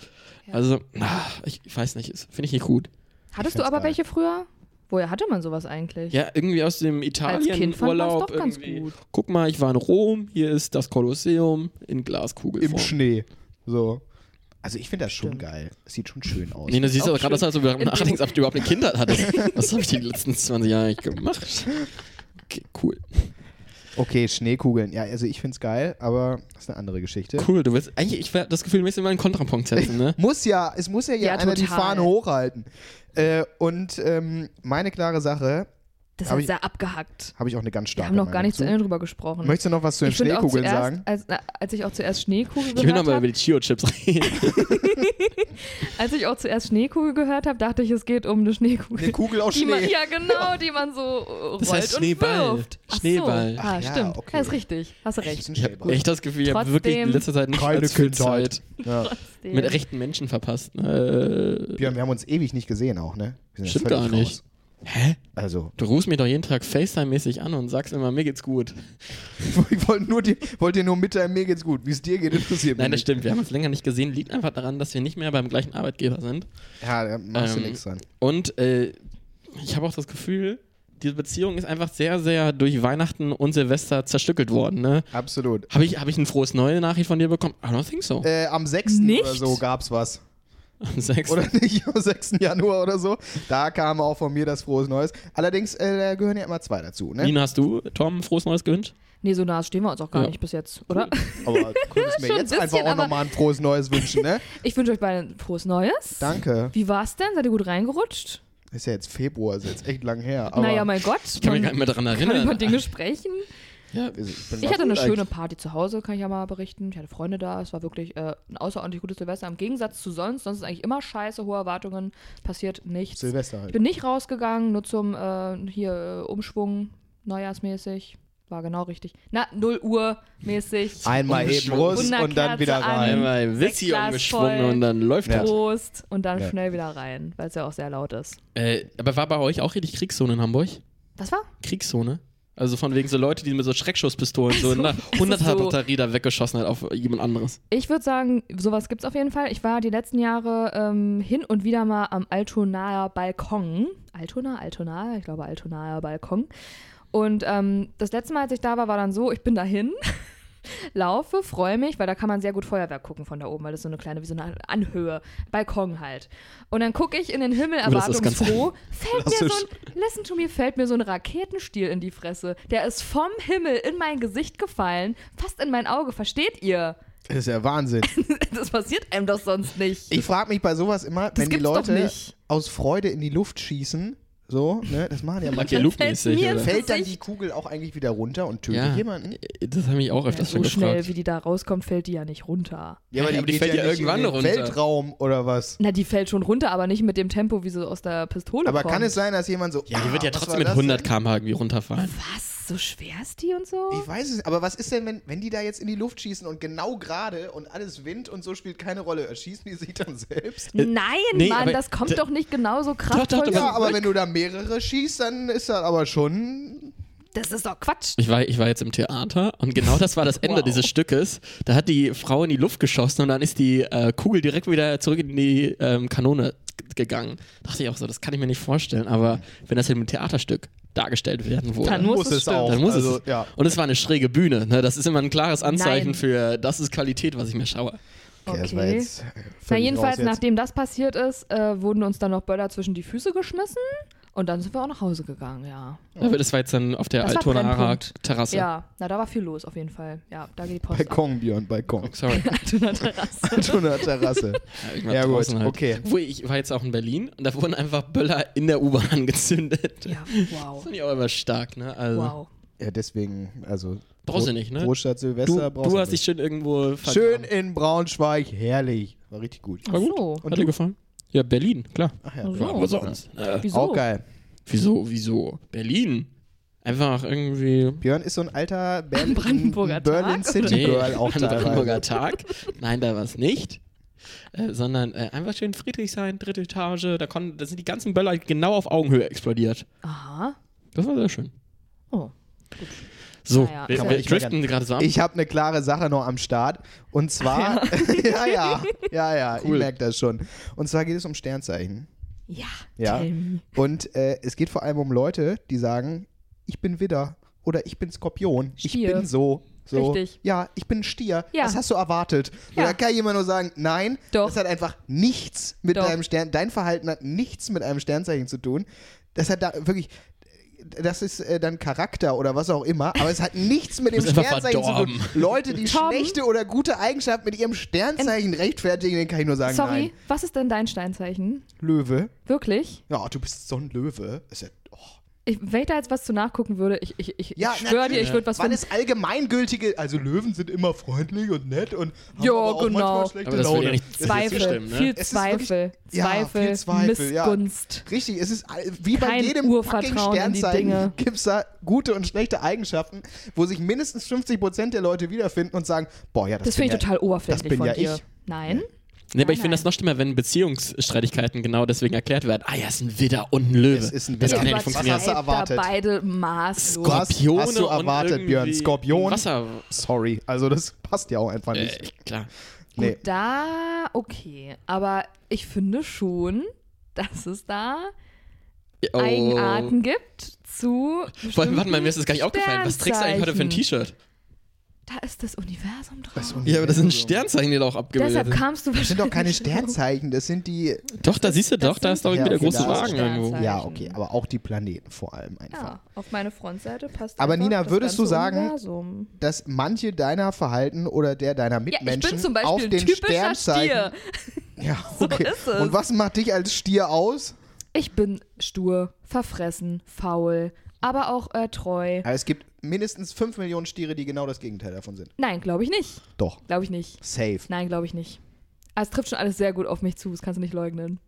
[SPEAKER 3] Also, ah, ich ich weiß nicht, ist- finde ich nicht gut.
[SPEAKER 4] Hattest
[SPEAKER 2] Ich
[SPEAKER 4] du
[SPEAKER 2] find's
[SPEAKER 4] aber
[SPEAKER 2] geil.
[SPEAKER 4] welche früher? Woher hatte man sowas eigentlich?
[SPEAKER 3] Ja, irgendwie aus dem
[SPEAKER 4] Kind fand man's
[SPEAKER 3] Italien-Urlaub.
[SPEAKER 4] doch ganz
[SPEAKER 3] irgendwie.
[SPEAKER 4] gut.
[SPEAKER 3] Guck mal, ich war in Rom, hier ist das Kolosseum in Glaskugel.
[SPEAKER 2] Im Schnee. So. Also ich finde das schon
[SPEAKER 4] Stimmt.
[SPEAKER 2] geil. Das sieht schon schön aus.
[SPEAKER 3] Nee, ne das siehst du
[SPEAKER 4] Auch
[SPEAKER 3] aber gerade,
[SPEAKER 4] schön.
[SPEAKER 3] dass du darüber nachdenkst, ob du überhaupt eine Kinder hattest. Was habe ich die letzten 20 Jahre eigentlich gemacht? Okay, cool.
[SPEAKER 2] Okay, Schneekugeln. Ja, also ich finde es geil, aber das ist eine andere Geschichte.
[SPEAKER 3] Cool, du willst eigentlich, ich wär, das Gefühl, du willst immer einen Kontrapunkt setzen, ne?
[SPEAKER 2] Muss ja, es muss ja, ja
[SPEAKER 4] Ja,
[SPEAKER 2] einer die
[SPEAKER 4] total.
[SPEAKER 2] Fahne hochhalten. Äh, und ähm, meine klare Sache,
[SPEAKER 4] Das
[SPEAKER 2] Hab
[SPEAKER 4] hat
[SPEAKER 2] ich-
[SPEAKER 4] sehr abgehackt.
[SPEAKER 2] habe ich auch eine ganz
[SPEAKER 4] Wir
[SPEAKER 2] starke
[SPEAKER 4] haben noch gar
[SPEAKER 2] Meinung
[SPEAKER 4] nicht zu Ende drüber gesprochen.
[SPEAKER 2] Möchtest du noch was zu den
[SPEAKER 4] ich finde auch
[SPEAKER 2] Schneekugeln
[SPEAKER 4] zuerst,
[SPEAKER 2] sagen?
[SPEAKER 4] Als, na, als ich auch zuerst Schneekugel
[SPEAKER 3] Ich will
[SPEAKER 4] gehört
[SPEAKER 3] nochmal über
[SPEAKER 4] habe,
[SPEAKER 3] die Chio-Chips reden.
[SPEAKER 4] als ich auch zuerst Schneekugel gehört habe, dachte ich, es geht um eine Schneekugel.
[SPEAKER 2] Eine Kugel aus
[SPEAKER 4] die man,
[SPEAKER 2] Schnee.
[SPEAKER 4] ja, genau, die man so äh, rollt
[SPEAKER 3] Das heißt
[SPEAKER 4] und
[SPEAKER 3] Schneeball.
[SPEAKER 4] wirft. Ach so.
[SPEAKER 3] Schneeball.
[SPEAKER 4] Ah,
[SPEAKER 2] Ach ja,
[SPEAKER 4] stimmt.
[SPEAKER 2] okay.
[SPEAKER 4] Ja, ist richtig. Hast du recht.
[SPEAKER 2] Ein
[SPEAKER 3] Ich
[SPEAKER 2] Schneeball.
[SPEAKER 3] habe echt das Gefühl, ich habe wirklich in
[SPEAKER 4] Trotzdem-
[SPEAKER 3] letzter Zeit nicht
[SPEAKER 2] Keine
[SPEAKER 3] allzu viel
[SPEAKER 2] Kindheit.
[SPEAKER 3] Zeit
[SPEAKER 2] Ja.
[SPEAKER 3] mit rechten Menschen verpasst. Äh,
[SPEAKER 2] Björn, wir haben uns ewig nicht gesehen auch, ne? Wir sind jetzt
[SPEAKER 3] Stimmt
[SPEAKER 2] völlig
[SPEAKER 3] gar nicht.
[SPEAKER 2] raus.
[SPEAKER 3] Hä?
[SPEAKER 2] Also,
[SPEAKER 3] Du rufst mir doch jeden Tag FaceTime-mäßig an und sagst immer, mir geht's gut.
[SPEAKER 2] ich wollte nur, dir- wollte dir nur mitteilen, mir geht's gut. Wie es dir geht, interessiert
[SPEAKER 3] Nein, das
[SPEAKER 2] mich.
[SPEAKER 3] stimmt. Wir haben uns länger nicht gesehen. Liegt einfach daran, dass wir nicht mehr beim gleichen Arbeitgeber sind.
[SPEAKER 2] nicht. Ja, da machst
[SPEAKER 3] Ähm,
[SPEAKER 2] du nichts dran.
[SPEAKER 3] Und äh, ich habe auch das Gefühl, diese Beziehung ist einfach sehr, sehr durch Weihnachten und Silvester zerstückelt worden. Ne?
[SPEAKER 2] Absolut.
[SPEAKER 3] Habe ich, hab ich ein frohes neue Nachricht von dir bekommen? I don't think so.
[SPEAKER 2] Äh, am 6. oder
[SPEAKER 4] Nicht?
[SPEAKER 2] so gab's was.
[SPEAKER 3] Am 6.
[SPEAKER 2] Äh, Oder nicht? Am 6. Januar oder so. Da kam auch von mir das frohes Neues. Allerdings, äh, da gehören ja immer zwei dazu, ne?
[SPEAKER 3] Nina, hast du Tom ein frohes Neues gewünscht?
[SPEAKER 4] Nee, so nah stehen wir uns auch gar
[SPEAKER 3] Ja.
[SPEAKER 4] nicht bis jetzt, oder?
[SPEAKER 2] Aber könntest mir
[SPEAKER 4] Schon ein
[SPEAKER 2] jetzt einfach
[SPEAKER 4] bisschen,
[SPEAKER 2] auch
[SPEAKER 4] aber-
[SPEAKER 2] nochmal ein frohes Neues wünschen, ne?
[SPEAKER 4] Ich wünsche euch beiden ein frohes Neues.
[SPEAKER 2] Danke.
[SPEAKER 4] Wie war's denn? Seid ihr gut reingerutscht?
[SPEAKER 2] Ist ja jetzt Februar, ist jetzt echt lang her. Aber
[SPEAKER 4] naja, mein Gott.
[SPEAKER 3] Ich kann
[SPEAKER 4] man
[SPEAKER 3] mich gar nicht mehr daran
[SPEAKER 4] kann über
[SPEAKER 3] erinnern.
[SPEAKER 4] Dinge sprechen.
[SPEAKER 3] Ja,
[SPEAKER 2] ich, bin
[SPEAKER 4] Ich
[SPEAKER 2] mal
[SPEAKER 4] hatte eine
[SPEAKER 2] gut
[SPEAKER 4] schöne Party zu Hause, kann ich ja mal berichten. Ich hatte Freunde da. Es war wirklich äh, ein außerordentlich gutes Silvester. Im Gegensatz zu sonst. Sonst ist eigentlich immer scheiße, hohe Erwartungen. Passiert nichts.
[SPEAKER 2] Silvester
[SPEAKER 4] Ich
[SPEAKER 2] halt.
[SPEAKER 4] bin nicht rausgegangen, nur zum äh, hier äh, Umschwung, neujahrsmäßig. War genau richtig. Na, 0 Uhr mäßig.
[SPEAKER 2] Einmal eben
[SPEAKER 3] Umgeschwungen.
[SPEAKER 2] Brust und dann
[SPEAKER 4] Wunderkerze
[SPEAKER 2] wieder rein.
[SPEAKER 4] an.
[SPEAKER 3] einmal Witzi
[SPEAKER 4] Sechsglas
[SPEAKER 3] umgeschwungen
[SPEAKER 4] voll.
[SPEAKER 3] und dann läuft
[SPEAKER 2] Ja.
[SPEAKER 3] das.
[SPEAKER 4] Prost und dann
[SPEAKER 2] Ja.
[SPEAKER 4] schnell wieder rein, weil es ja auch sehr laut ist.
[SPEAKER 3] Äh, aber war bei euch auch richtig Kriegszone in Hamburg?
[SPEAKER 4] Was war?
[SPEAKER 3] Kriegszone? Also von wegen so Leute, die mit so Schreckschusspistolen so, in der
[SPEAKER 4] also
[SPEAKER 3] 100 er
[SPEAKER 4] so-
[SPEAKER 3] Batterie da weggeschossen hat auf jemand anderes.
[SPEAKER 4] Ich würde sagen, sowas gibt es auf jeden Fall. Ich war die letzten Jahre ähm, hin und wieder mal am Altonaer Balkon. Altona, Altona, ich glaube Altonaer Balkon. Und ähm, das letzte Mal, als ich da war, war dann so, ich bin dahin, laufe, freue mich, weil da kann man sehr gut Feuerwerk gucken von da oben, weil das so eine kleine, wie so eine Anhöhe, Balkon halt. Und dann gucke ich in den Himmel
[SPEAKER 3] Oh, das ist ganz
[SPEAKER 4] erwartungsfroh, fällt mir so
[SPEAKER 2] klassisch.
[SPEAKER 4] ein, listen to me, fällt mir so ein Raketenstiel in die Fresse. Der ist vom Himmel in mein Gesicht gefallen, fast in mein Auge, versteht ihr?
[SPEAKER 2] Das ist ja Wahnsinn.
[SPEAKER 4] Das passiert einem doch sonst nicht.
[SPEAKER 2] Ich frage mich bei sowas immer, wenn die
[SPEAKER 4] gibt's doch
[SPEAKER 2] Leute
[SPEAKER 4] nicht.
[SPEAKER 2] aus Freude in die Luft schießen, so, ne, das machen ja manche.
[SPEAKER 3] Lucky Luke-mäßig.
[SPEAKER 4] mir
[SPEAKER 3] oder?
[SPEAKER 4] fällt-
[SPEAKER 2] Fällt dann
[SPEAKER 4] Gesicht.
[SPEAKER 2] die Kugel auch eigentlich wieder runter und tötet
[SPEAKER 3] Ja,
[SPEAKER 2] jemanden?
[SPEAKER 3] das habe ich auch öfters
[SPEAKER 4] so
[SPEAKER 3] schon
[SPEAKER 4] schnell,
[SPEAKER 3] gefragt.
[SPEAKER 4] wie die da rauskommt, fällt die ja nicht runter.
[SPEAKER 3] Ja, aber die
[SPEAKER 2] geht
[SPEAKER 3] fällt ja
[SPEAKER 2] nicht
[SPEAKER 3] irgendwann
[SPEAKER 2] in den
[SPEAKER 3] runter.
[SPEAKER 2] Weltraum oder was?
[SPEAKER 4] Na, die fällt schon runter, aber nicht mit dem Tempo, wie sie aus der Pistole
[SPEAKER 2] Aber
[SPEAKER 4] kommt.
[SPEAKER 2] kann es sein, dass jemand so.
[SPEAKER 3] Ja, die
[SPEAKER 2] ah,
[SPEAKER 3] wird ja
[SPEAKER 2] was
[SPEAKER 3] trotzdem
[SPEAKER 2] war
[SPEAKER 3] mit
[SPEAKER 2] das
[SPEAKER 3] 100
[SPEAKER 2] denn?
[SPEAKER 3] km/h irgendwie runterfallen.
[SPEAKER 4] Was? So schwer ist die und so?
[SPEAKER 2] Ich weiß es, nicht, aber was ist denn, wenn, wenn die da jetzt in die Luft schießen und genau gerade und alles Wind und so spielt keine Rolle, erschießen die sich dann selbst?
[SPEAKER 4] Nein,
[SPEAKER 3] nee,
[SPEAKER 4] Mann,
[SPEAKER 3] aber-
[SPEAKER 4] das
[SPEAKER 3] d-
[SPEAKER 4] kommt doch nicht genauso
[SPEAKER 3] doch,
[SPEAKER 4] kraftvoll.
[SPEAKER 3] doch,
[SPEAKER 2] Ja,
[SPEAKER 4] zurück.
[SPEAKER 2] aber wenn du da mehrere schießt, dann ist das aber schon.
[SPEAKER 4] das ist doch Quatsch.
[SPEAKER 3] Ich war, ich war jetzt im Theater und genau das war das Ende
[SPEAKER 4] Wow.
[SPEAKER 3] dieses Stückes. Da hat die Frau in die Luft geschossen und dann ist die äh, Kugel direkt wieder zurück in die ähm, Kanone g- gegangen. Dachte ich auch so, das kann ich mir nicht vorstellen, aber wenn das in einem Theaterstück dargestellt werden würde,
[SPEAKER 4] Dann muss es stimmen.
[SPEAKER 2] auch.
[SPEAKER 3] dann muss
[SPEAKER 2] also,
[SPEAKER 3] es.
[SPEAKER 2] Ja.
[SPEAKER 3] Und es war eine schräge Bühne. Ne? Das ist immer ein klares Anzeichen
[SPEAKER 4] Nein.
[SPEAKER 3] für, das ist Qualität, was ich mir schaue.
[SPEAKER 2] Okay, das war
[SPEAKER 4] Okay.
[SPEAKER 2] jetzt, äh,
[SPEAKER 4] Na,
[SPEAKER 2] völlig raus
[SPEAKER 4] jedenfalls,
[SPEAKER 2] jetzt.
[SPEAKER 4] nachdem das passiert ist, äh, wurden uns dann noch Böller zwischen die Füße geschmissen und dann sind wir auch nach Hause gegangen, ja.
[SPEAKER 3] Aber das war jetzt dann auf der
[SPEAKER 4] Das war
[SPEAKER 3] Altonaer
[SPEAKER 4] Brennpunkt.
[SPEAKER 3] Terrasse.
[SPEAKER 4] Ja, na, da war viel los auf jeden Fall. Ja, da geht die Post ab.
[SPEAKER 2] Balkon, Björn,
[SPEAKER 3] Oh,
[SPEAKER 2] Balkon.
[SPEAKER 3] sorry.
[SPEAKER 4] Altonaer Terrasse.
[SPEAKER 2] Schon eine Terrasse.
[SPEAKER 3] Irgendwann
[SPEAKER 2] Ja, gut,
[SPEAKER 3] draußen halt.
[SPEAKER 2] okay.
[SPEAKER 3] Wo ich war jetzt auch in Berlin und da wurden einfach Böller in der U-Bahn angezündet.
[SPEAKER 4] Ja,
[SPEAKER 3] Das
[SPEAKER 4] wow.
[SPEAKER 3] finde ich auch immer stark, ne? Also,
[SPEAKER 4] Wow.
[SPEAKER 2] Ja, deswegen, also.
[SPEAKER 3] Brauchst du
[SPEAKER 2] Gro-
[SPEAKER 3] nicht, ne?
[SPEAKER 2] Großstadt Silvester
[SPEAKER 3] Du,
[SPEAKER 2] brauchst
[SPEAKER 3] du hast dich
[SPEAKER 2] nicht.
[SPEAKER 3] schön irgendwo
[SPEAKER 2] Schön in Braunschweig, herrlich. War richtig gut. Also,
[SPEAKER 4] Ach
[SPEAKER 3] War gut.
[SPEAKER 4] so.
[SPEAKER 3] Hat dir gefallen? Ja, Berlin, klar.
[SPEAKER 2] Ach ja,
[SPEAKER 4] Ach
[SPEAKER 2] klar.
[SPEAKER 4] so.
[SPEAKER 3] Wo sonst? Äh,
[SPEAKER 4] Wieso?
[SPEAKER 2] Auch geil.
[SPEAKER 3] wieso, wieso? Berlin. Einfach irgendwie.
[SPEAKER 2] Björn ist so ein alter Berlin,
[SPEAKER 4] Brandenburger
[SPEAKER 2] Berlin
[SPEAKER 4] Tag,
[SPEAKER 2] City
[SPEAKER 3] Nee,
[SPEAKER 2] Girl auch
[SPEAKER 3] an der
[SPEAKER 2] teilweise.
[SPEAKER 3] Brandenburger Tag. Nein, da war es nicht. Äh, sondern äh, einfach schön friedlich sein, dritte Etage. Da, konnten, da sind die ganzen Böller genau auf Augenhöhe explodiert.
[SPEAKER 4] Aha.
[SPEAKER 3] Das war sehr schön.
[SPEAKER 4] Oh.
[SPEAKER 3] So,
[SPEAKER 4] Naja,
[SPEAKER 3] wir,
[SPEAKER 4] kann man
[SPEAKER 3] wir
[SPEAKER 2] nicht
[SPEAKER 3] driften gerade so ab.
[SPEAKER 2] Ich habe eine klare Sache noch am Start. Und zwar, ja, ja, ja, ja,
[SPEAKER 3] Cool.
[SPEAKER 2] ich merke das schon. Und zwar geht es um Sternzeichen.
[SPEAKER 4] Ja,
[SPEAKER 2] Ja.
[SPEAKER 4] tell me.
[SPEAKER 2] Und äh, es geht vor allem um Leute, die sagen, ich bin Widder oder ich bin Skorpion, ich
[SPEAKER 4] Stier.
[SPEAKER 2] bin so. So,
[SPEAKER 4] Richtig.
[SPEAKER 2] Ja, ich bin ein Stier.
[SPEAKER 4] Ja.
[SPEAKER 2] Was hast du erwartet? So,
[SPEAKER 4] Ja.
[SPEAKER 2] Da kann jemand nur sagen, nein,
[SPEAKER 4] Doch.
[SPEAKER 2] das hat einfach nichts mit
[SPEAKER 4] Doch.
[SPEAKER 2] deinem Stern, dein Verhalten hat nichts mit einem Sternzeichen zu tun. Das hat da wirklich, das ist äh, dann Charakter oder was auch immer, aber es hat nichts mit dem
[SPEAKER 3] bist einfach
[SPEAKER 2] Sternzeichen zu tun.
[SPEAKER 3] verdorben.
[SPEAKER 2] Leute, die
[SPEAKER 4] Tom?
[SPEAKER 2] schlechte oder gute Eigenschaften mit ihrem Sternzeichen rechtfertigen, den kann ich nur sagen,
[SPEAKER 4] Sorry,
[SPEAKER 2] nein.
[SPEAKER 4] was ist denn dein Steinzeichen?
[SPEAKER 2] Löwe.
[SPEAKER 4] Wirklich?
[SPEAKER 2] Ja, du bist so ein Löwe. Ist ja, oh.
[SPEAKER 4] Ich, wenn ich da jetzt was zu nachgucken würde, ich, ich, ich,
[SPEAKER 2] Ja,
[SPEAKER 4] ich schwöre dir,
[SPEAKER 2] natürlich.
[SPEAKER 4] ich würde was
[SPEAKER 2] Wann
[SPEAKER 4] finden.
[SPEAKER 2] ist allgemeingültige, also Löwen sind immer freundlich und nett und haben
[SPEAKER 4] Ja,
[SPEAKER 2] aber auch
[SPEAKER 4] genau.
[SPEAKER 2] manchmal schlechte
[SPEAKER 3] Aber das würde
[SPEAKER 2] Laune.
[SPEAKER 3] ja nicht
[SPEAKER 2] Es ist
[SPEAKER 4] Zweifel,
[SPEAKER 3] stimmen, ne?
[SPEAKER 4] viel
[SPEAKER 2] Es ist
[SPEAKER 4] Zweifel,
[SPEAKER 2] wirklich- ja,
[SPEAKER 4] Zweifel,
[SPEAKER 2] viel Zweifel, ja.
[SPEAKER 4] Missgunst.
[SPEAKER 2] Richtig, es ist all- wie bei
[SPEAKER 4] Kein
[SPEAKER 2] jedem fucking
[SPEAKER 4] Urvertrauen in die
[SPEAKER 2] Sternzeichen
[SPEAKER 4] Dinge.
[SPEAKER 2] gibt es da gute und schlechte Eigenschaften, wo sich mindestens 50 Prozent der Leute wiederfinden und sagen, boah, ja, das,
[SPEAKER 4] Das
[SPEAKER 2] bin
[SPEAKER 4] finde ich
[SPEAKER 2] ja,
[SPEAKER 4] total oberflächlich
[SPEAKER 2] das bin
[SPEAKER 4] von
[SPEAKER 2] ja
[SPEAKER 4] dir.
[SPEAKER 2] ich.
[SPEAKER 4] Nein?
[SPEAKER 3] Nee, aber ich
[SPEAKER 4] Nein,
[SPEAKER 3] finde das
[SPEAKER 4] nein.
[SPEAKER 3] noch schlimmer, wenn Beziehungsstreitigkeiten genau deswegen erklärt werden. Ah ja, es ist ein Widder und ein Löwe.
[SPEAKER 2] Es ist ein
[SPEAKER 3] Das
[SPEAKER 2] Widder.
[SPEAKER 3] kann ja nicht
[SPEAKER 4] Übertreibt
[SPEAKER 3] funktionieren.
[SPEAKER 2] Was hast du erwartet?
[SPEAKER 4] Da beide maßlos.
[SPEAKER 2] Skorpion.
[SPEAKER 3] Skorpione
[SPEAKER 2] Hast du
[SPEAKER 3] und
[SPEAKER 2] erwartet,
[SPEAKER 3] irgendwie
[SPEAKER 2] Björn? Skorpion?
[SPEAKER 3] Wasser.
[SPEAKER 2] Sorry, also das passt ja auch einfach nicht.
[SPEAKER 3] Äh, klar.
[SPEAKER 2] nee.
[SPEAKER 4] Gut, da, okay. Aber ich finde schon, dass es da
[SPEAKER 3] Oh.
[SPEAKER 4] Eigenarten gibt zu.
[SPEAKER 3] Vor allem, warte mal,
[SPEAKER 4] bestimmten
[SPEAKER 3] mir ist das gar nicht aufgefallen. Was trägst du eigentlich heute für ein
[SPEAKER 4] Sternzeichen.
[SPEAKER 3] T-Shirt?
[SPEAKER 4] Da ist das Universum drauf.
[SPEAKER 2] Das Uni-
[SPEAKER 3] Ja, aber das sind Sternzeichen, die da auch abgebildet
[SPEAKER 4] Deshalb
[SPEAKER 3] sind.
[SPEAKER 4] kamst du
[SPEAKER 2] Das
[SPEAKER 4] wahrscheinlich.
[SPEAKER 2] sind doch keine Sternzeichen, das sind die.
[SPEAKER 3] Doch, da siehst du
[SPEAKER 4] das
[SPEAKER 3] doch, da
[SPEAKER 4] sind-
[SPEAKER 3] ist doch
[SPEAKER 2] Ja,
[SPEAKER 3] wieder
[SPEAKER 2] okay,
[SPEAKER 3] große
[SPEAKER 2] da ist
[SPEAKER 3] Wagen
[SPEAKER 4] Sternzeichen.
[SPEAKER 3] irgendwo.
[SPEAKER 4] Sternzeichen.
[SPEAKER 2] Ja, okay, aber auch die Planeten vor allem einfach.
[SPEAKER 4] Ja, auf meine Frontseite passt.
[SPEAKER 2] Aber
[SPEAKER 4] einfach
[SPEAKER 2] Nina,
[SPEAKER 4] das
[SPEAKER 2] würdest du
[SPEAKER 4] ganze
[SPEAKER 2] sagen-
[SPEAKER 4] Universum.
[SPEAKER 2] Dass manche deiner Verhalten oder der deiner
[SPEAKER 4] Ja, ich
[SPEAKER 2] Mitmenschen
[SPEAKER 4] bin zum
[SPEAKER 2] auf
[SPEAKER 4] Beispiel ein
[SPEAKER 2] den
[SPEAKER 4] typischer
[SPEAKER 2] Sternzeichen.
[SPEAKER 4] Stier.
[SPEAKER 2] Ja, okay.
[SPEAKER 4] ist es.
[SPEAKER 2] Und was macht dich als Stier aus?
[SPEAKER 4] Ich bin stur, verfressen, faul, aber auch äh, treu.
[SPEAKER 2] Aber es gibt mindestens 5 Millionen Stiere, die genau das Gegenteil davon sind.
[SPEAKER 4] Nein, glaube ich nicht.
[SPEAKER 2] Doch.
[SPEAKER 4] Glaube ich nicht.
[SPEAKER 2] Safe.
[SPEAKER 4] Nein, glaube ich nicht. Ah, Es trifft schon alles sehr gut auf mich zu, das kannst du nicht leugnen.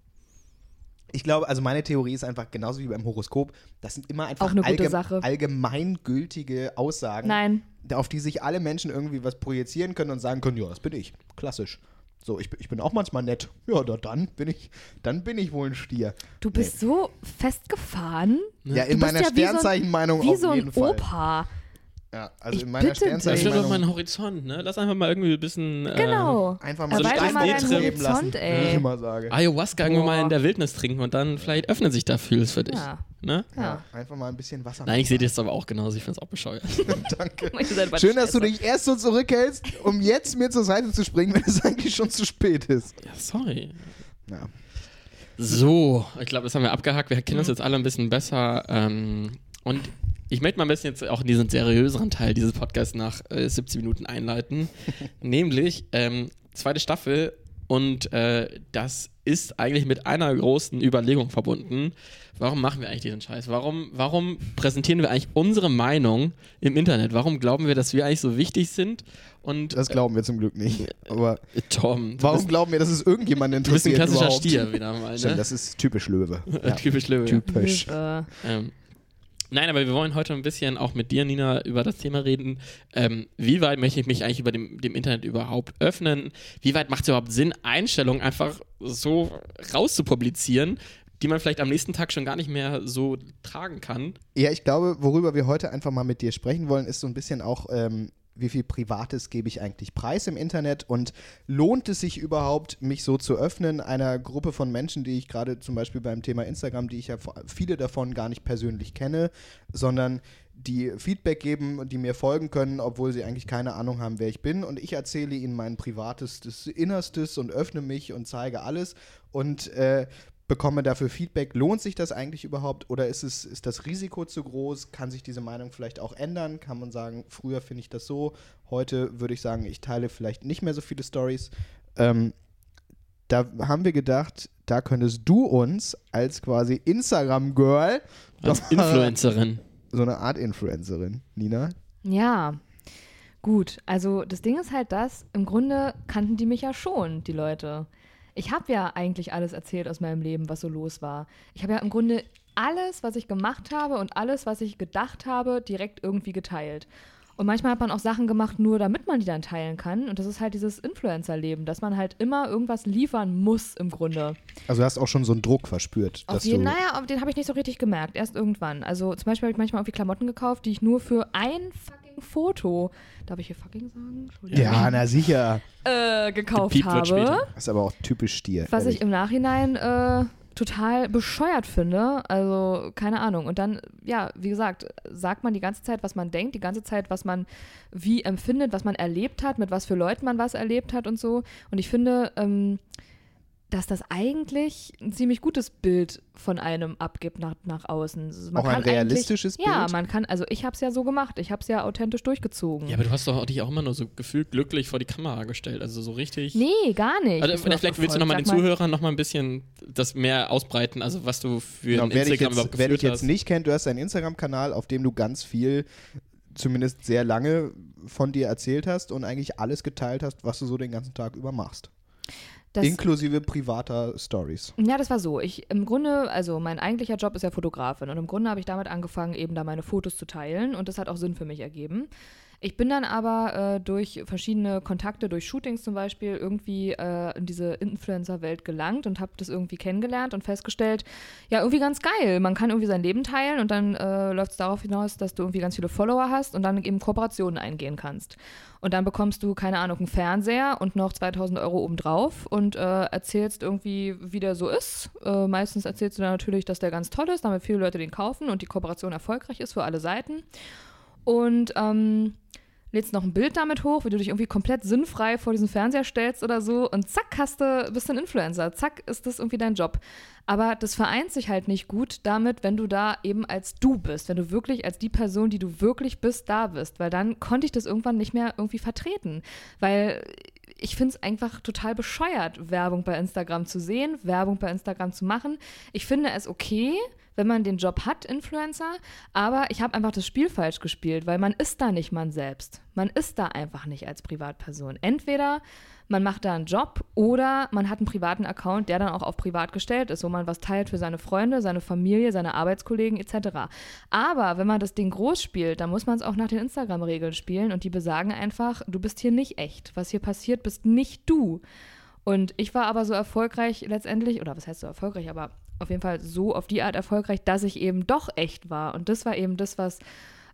[SPEAKER 2] Ich glaube, also meine Theorie ist einfach genauso wie beim Horoskop, das sind immer einfach
[SPEAKER 4] Auch eine gute
[SPEAKER 2] allge
[SPEAKER 4] Sache.
[SPEAKER 2] allgemeingültige Aussagen,
[SPEAKER 4] Nein.
[SPEAKER 2] auf die sich alle Menschen irgendwie was projizieren können und sagen können, ja, das bin ich, klassisch. So, ich, bin- ich bin auch manchmal nett. Ja, da, dann bin ich, dann bin ich wohl ein Stier.
[SPEAKER 4] Du bist so festgefahren.
[SPEAKER 2] nee. ja
[SPEAKER 4] Ne? Du
[SPEAKER 2] in
[SPEAKER 4] bist ja
[SPEAKER 2] meiner
[SPEAKER 4] wie so ein-
[SPEAKER 2] Sternzeichenmeinung
[SPEAKER 4] Wie
[SPEAKER 2] auf
[SPEAKER 4] so ein
[SPEAKER 2] jeden Fall.
[SPEAKER 4] Opa.
[SPEAKER 2] Ja, also
[SPEAKER 4] Ich
[SPEAKER 2] in meiner
[SPEAKER 4] bitte dich.
[SPEAKER 3] Das ist doch
[SPEAKER 2] Sternzeichenmeinung
[SPEAKER 3] mein Horizont, ne? Lass einfach mal irgendwie ein bisschen. Äh,
[SPEAKER 4] Genau.
[SPEAKER 2] einfach mal
[SPEAKER 3] Also
[SPEAKER 2] einen
[SPEAKER 3] steif
[SPEAKER 4] mal deinen
[SPEAKER 2] Stein
[SPEAKER 3] Horizont,
[SPEAKER 2] leben lassen,
[SPEAKER 4] ey.
[SPEAKER 2] wie ich immer sage.
[SPEAKER 3] Ayahuasca irgendwo mal
[SPEAKER 4] Boah.
[SPEAKER 3] in der Wildnis trinken und dann vielleicht öffnen sich da Fühls für dich.
[SPEAKER 4] Ja.
[SPEAKER 3] Ne?
[SPEAKER 4] Ja.
[SPEAKER 2] Einfach mal ein bisschen Wasser.
[SPEAKER 3] Nein, ich sehe das aber auch genauso. Ich finde es auch bescheuert.
[SPEAKER 2] Danke.
[SPEAKER 4] Ihr seid beide
[SPEAKER 2] Schön, dass du
[SPEAKER 4] Scheiße.
[SPEAKER 2] dich erst so zurückhältst, um jetzt mir zur Seite zu springen, wenn es eigentlich schon zu spät ist.
[SPEAKER 3] ja, sorry.
[SPEAKER 2] Ja.
[SPEAKER 3] So, ich glaube, das haben wir abgehakt. Wir kennen uns jetzt alle ein bisschen besser. Ähm, und ich möchte mal ein bisschen jetzt auch in diesen seriöseren Teil dieses Podcasts nach äh, 17 Minuten einleiten. nämlich ähm, zweite Staffel. Und äh, das ist eigentlich mit einer großen Überlegung verbunden. Warum machen wir eigentlich diesen Scheiß? Warum, warum präsentieren wir eigentlich unsere Meinung im Internet? Warum glauben wir, dass wir eigentlich so wichtig sind? Und
[SPEAKER 2] Das glauben wir zum Glück nicht. Aber
[SPEAKER 3] äh, Tom, du
[SPEAKER 2] warum
[SPEAKER 3] bist,
[SPEAKER 2] glauben wir, dass es irgendjemand
[SPEAKER 3] du bist ein
[SPEAKER 2] interessiert
[SPEAKER 3] klassischer
[SPEAKER 2] überhaupt?
[SPEAKER 3] Stier wieder mal. Ne?
[SPEAKER 2] Stimmt, das ist typisch Löwe. Ja.
[SPEAKER 3] Typisch Löwe. ja.
[SPEAKER 2] Typisch.
[SPEAKER 4] Hilfe.
[SPEAKER 3] Ähm, nein, aber wir wollen heute ein bisschen auch mit dir, Nina, über das Thema reden. Ähm, wie weit möchte ich mich eigentlich über dem, dem Internet überhaupt öffnen? Wie weit macht es überhaupt Sinn, Einstellungen einfach so rauszupublizieren, die man vielleicht am nächsten Tag schon gar nicht mehr so tragen kann?
[SPEAKER 2] Ja, ich glaube, worüber wir heute einfach mal mit dir sprechen wollen, ist so ein bisschen auch, ähm, wie viel Privates gebe ich eigentlich preis im Internet und lohnt es sich überhaupt, mich so zu öffnen einer Gruppe von Menschen, die ich gerade zum Beispiel beim Thema Instagram, die ich ja vor- viele davon gar nicht persönlich kenne, sondern die Feedback geben und die mir folgen können, obwohl sie eigentlich keine Ahnung haben, wer ich bin. Und ich erzähle ihnen mein privates das Innerstes und öffne mich und zeige alles und äh, bekomme dafür Feedback. Lohnt sich das eigentlich überhaupt oder ist, es, ist das Risiko zu groß? Kann sich diese Meinung vielleicht auch ändern? Kann man sagen, früher finde ich das so, heute würde ich sagen, ich teile vielleicht nicht mehr so viele Stories. Ähm, da haben wir gedacht, da könntest du uns als quasi Instagram-Girl
[SPEAKER 3] Als
[SPEAKER 2] doch-
[SPEAKER 3] Influencerin.
[SPEAKER 2] so eine Art Influencerin, Nina.
[SPEAKER 4] Ja. Gut, also das Ding ist halt das, im Grunde kannten die mich ja schon, die Leute. Ich habe ja eigentlich alles erzählt aus meinem Leben, was so los war. Ich habe ja im Grunde alles, was ich gemacht habe und alles, was ich gedacht habe, direkt irgendwie geteilt. Und manchmal hat man auch Sachen gemacht, nur damit man die dann teilen kann. Und das ist halt dieses Influencer-Leben, dass man halt immer irgendwas liefern muss im Grunde.
[SPEAKER 2] Also du hast auch schon so einen Druck verspürt,
[SPEAKER 4] Auf
[SPEAKER 2] dass
[SPEAKER 4] jeden,
[SPEAKER 2] du
[SPEAKER 4] naja, auf den habe ich nicht so richtig gemerkt, erst irgendwann. Also zum Beispiel habe ich manchmal irgendwie Klamotten gekauft, die ich nur für ein fucking Foto, darf ich hier fucking sagen? Entschuldigung.
[SPEAKER 2] ja, na sicher.
[SPEAKER 4] Äh, gekauft
[SPEAKER 3] Gepiept wird
[SPEAKER 4] habe.
[SPEAKER 3] später.
[SPEAKER 2] Das ist aber auch typisch dir.
[SPEAKER 4] Was
[SPEAKER 2] ehrlich.
[SPEAKER 4] ich im Nachhinein äh, total bescheuert finde. Also, keine Ahnung. Und dann, ja, wie gesagt, sagt man die ganze Zeit, was man denkt, die ganze Zeit, was man wie empfindet, was man erlebt hat, mit was für Leuten man was erlebt hat und so. Und ich finde, ähm, dass das eigentlich ein ziemlich gutes Bild von einem abgibt nach, nach außen. Also Man
[SPEAKER 2] Auch ein
[SPEAKER 4] kann eigentlich-
[SPEAKER 2] realistisches
[SPEAKER 4] Ja,
[SPEAKER 2] Bild?
[SPEAKER 4] man kann, also ich habe es ja so gemacht. Ich habe es ja authentisch durchgezogen.
[SPEAKER 3] Ja, aber du hast doch dich auch immer nur so gefühlt glücklich vor die Kamera gestellt. Also so richtig.
[SPEAKER 4] nee, gar nicht.
[SPEAKER 3] Also,
[SPEAKER 4] Ist mir
[SPEAKER 3] vielleicht willst
[SPEAKER 4] aufgefallen.
[SPEAKER 3] du nochmal den
[SPEAKER 4] Sag
[SPEAKER 3] Zuhörern nochmal ein bisschen das mehr ausbreiten, also was du für
[SPEAKER 2] Genau, wer
[SPEAKER 3] Instagram
[SPEAKER 2] dich
[SPEAKER 3] überhaupt
[SPEAKER 2] jetzt, wer
[SPEAKER 3] geführt
[SPEAKER 2] dich
[SPEAKER 3] hast.
[SPEAKER 2] jetzt nicht kennt, du hast einen Instagram-Kanal, auf dem du ganz viel, zumindest sehr lange, von dir erzählt hast und eigentlich alles geteilt hast, was du so den ganzen Tag über machst.
[SPEAKER 4] das-
[SPEAKER 2] Inklusive privater Stories.
[SPEAKER 4] Ja, das war so. Ich im Grunde, also mein eigentlicher Job ist ja Fotografin und im Grunde habe ich damit angefangen, eben da meine Fotos zu teilen und das hat auch Sinn für mich ergeben. Ich bin dann aber äh, durch verschiedene Kontakte, durch Shootings zum Beispiel, irgendwie äh, in diese Influencer-Welt gelangt und habe das irgendwie kennengelernt und festgestellt, ja, irgendwie ganz geil. Man kann irgendwie sein Leben teilen und dann äh, läuft es darauf hinaus, dass du irgendwie ganz viele Follower hast und dann eben Kooperationen eingehen kannst. Und dann bekommst du, keine Ahnung, einen Fernseher und noch 2000 Euro obendrauf und äh, erzählst irgendwie, wie der so ist. Äh, meistens erzählst du dann natürlich, dass der ganz toll ist, damit viele Leute den kaufen und die Kooperation erfolgreich ist für alle Seiten. Und ähm, lädst noch ein Bild damit hoch, wie du dich irgendwie komplett sinnfrei vor diesen Fernseher stellst oder so und zack, hast du, bist du ein Influencer. Zack, ist das irgendwie dein Job. Aber das vereint sich halt nicht gut damit, wenn du da eben als du bist, wenn du wirklich als die Person, die du wirklich bist, da bist, weil dann konnte ich das irgendwann nicht mehr irgendwie vertreten, weil ich finde es einfach total bescheuert, Werbung bei Instagram zu sehen, Werbung bei Instagram zu machen. Ich finde es okay, wenn man den Job hat, Influencer, aber ich habe einfach das Spiel falsch gespielt, weil man ist da nicht man selbst. Man ist da einfach nicht als Privatperson. Entweder man macht da einen Job oder man hat einen privaten Account, der dann auch auf privat gestellt ist, wo man was teilt für seine Freunde, seine Familie, seine Arbeitskollegen etc. Aber wenn man das Ding groß spielt, dann muss man es auch nach den Instagram-Regeln spielen und die besagen einfach, du bist hier nicht echt. Was hier passiert, bist nicht du. Und ich war aber so erfolgreich letztendlich, oder was heißt so erfolgreich, aber auf jeden Fall so auf die Art erfolgreich, dass ich eben doch echt war. Und das war eben das, was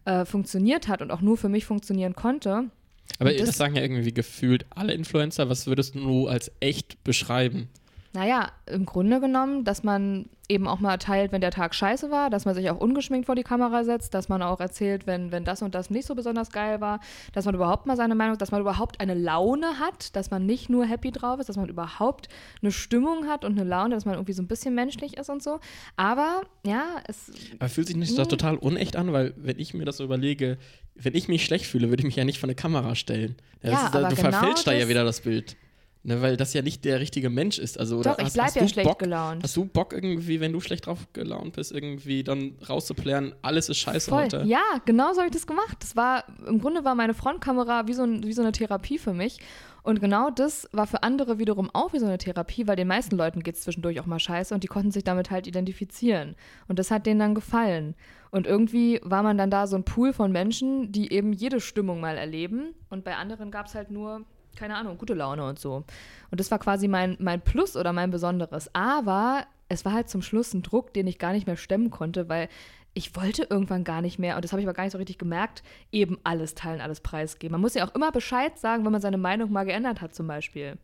[SPEAKER 4] äh, funktioniert hat und auch nur für mich funktionieren konnte.
[SPEAKER 3] Aber
[SPEAKER 4] Und
[SPEAKER 3] das,
[SPEAKER 4] das-
[SPEAKER 3] sagen ja irgendwie gefühlt alle Influencer. Was würdest du als echt beschreiben?
[SPEAKER 4] Naja, im Grunde genommen, dass man eben auch mal teilt, wenn der Tag scheiße war, dass man sich auch ungeschminkt vor die Kamera setzt, dass man auch erzählt, wenn, wenn das und das nicht so besonders geil war, dass man überhaupt mal seine Meinung, dass man überhaupt eine Laune hat, dass man nicht nur happy drauf ist, dass man überhaupt eine Stimmung hat und eine Laune, dass man irgendwie so ein bisschen menschlich ist und so. Aber ja, es
[SPEAKER 3] Aber fühlt sich nicht das total unecht an, weil wenn ich mir das so überlege, wenn ich mich schlecht fühle, würde ich mich ja nicht vor eine Kamera stellen. Ja, das
[SPEAKER 4] Ja,
[SPEAKER 3] ist, da-
[SPEAKER 4] aber
[SPEAKER 3] du
[SPEAKER 4] genau
[SPEAKER 3] verfälschst da ja
[SPEAKER 4] das-
[SPEAKER 3] wieder das Bild. Ne, weil das ja nicht der richtige Mensch ist. Also, oder
[SPEAKER 4] Doch, ich
[SPEAKER 3] hast-
[SPEAKER 4] bleib
[SPEAKER 3] hast
[SPEAKER 4] ja
[SPEAKER 3] du
[SPEAKER 4] schlecht
[SPEAKER 3] Bock,
[SPEAKER 4] gelaunt.
[SPEAKER 3] Hast du Bock irgendwie, wenn du schlecht drauf gelaunt bist, irgendwie dann rauszuplären, alles ist scheiße
[SPEAKER 4] Voll.
[SPEAKER 3] heute?
[SPEAKER 4] Ja, genau so habe ich das gemacht. Das war, im Grunde war meine Frontkamera wie so, ein, wie so eine Therapie für mich. Und genau das war für andere wiederum auch wie so eine Therapie, weil den meisten Leuten geht es zwischendurch auch mal scheiße und die konnten sich damit halt identifizieren. Und das hat denen dann gefallen. Und irgendwie war man dann da so ein Pool von Menschen, die eben jede Stimmung mal erleben. Und bei anderen gab es halt nur, keine Ahnung, gute Laune und so. Und das war quasi mein, mein Plus oder mein Besonderes. Aber es war halt zum Schluss ein Druck, den ich gar nicht mehr stemmen konnte, weil ich wollte irgendwann gar nicht mehr, und das habe ich aber gar nicht so richtig gemerkt, eben alles teilen, alles preisgeben. Man muss ja auch immer Bescheid sagen, wenn man seine Meinung mal geändert hat, zum Beispiel.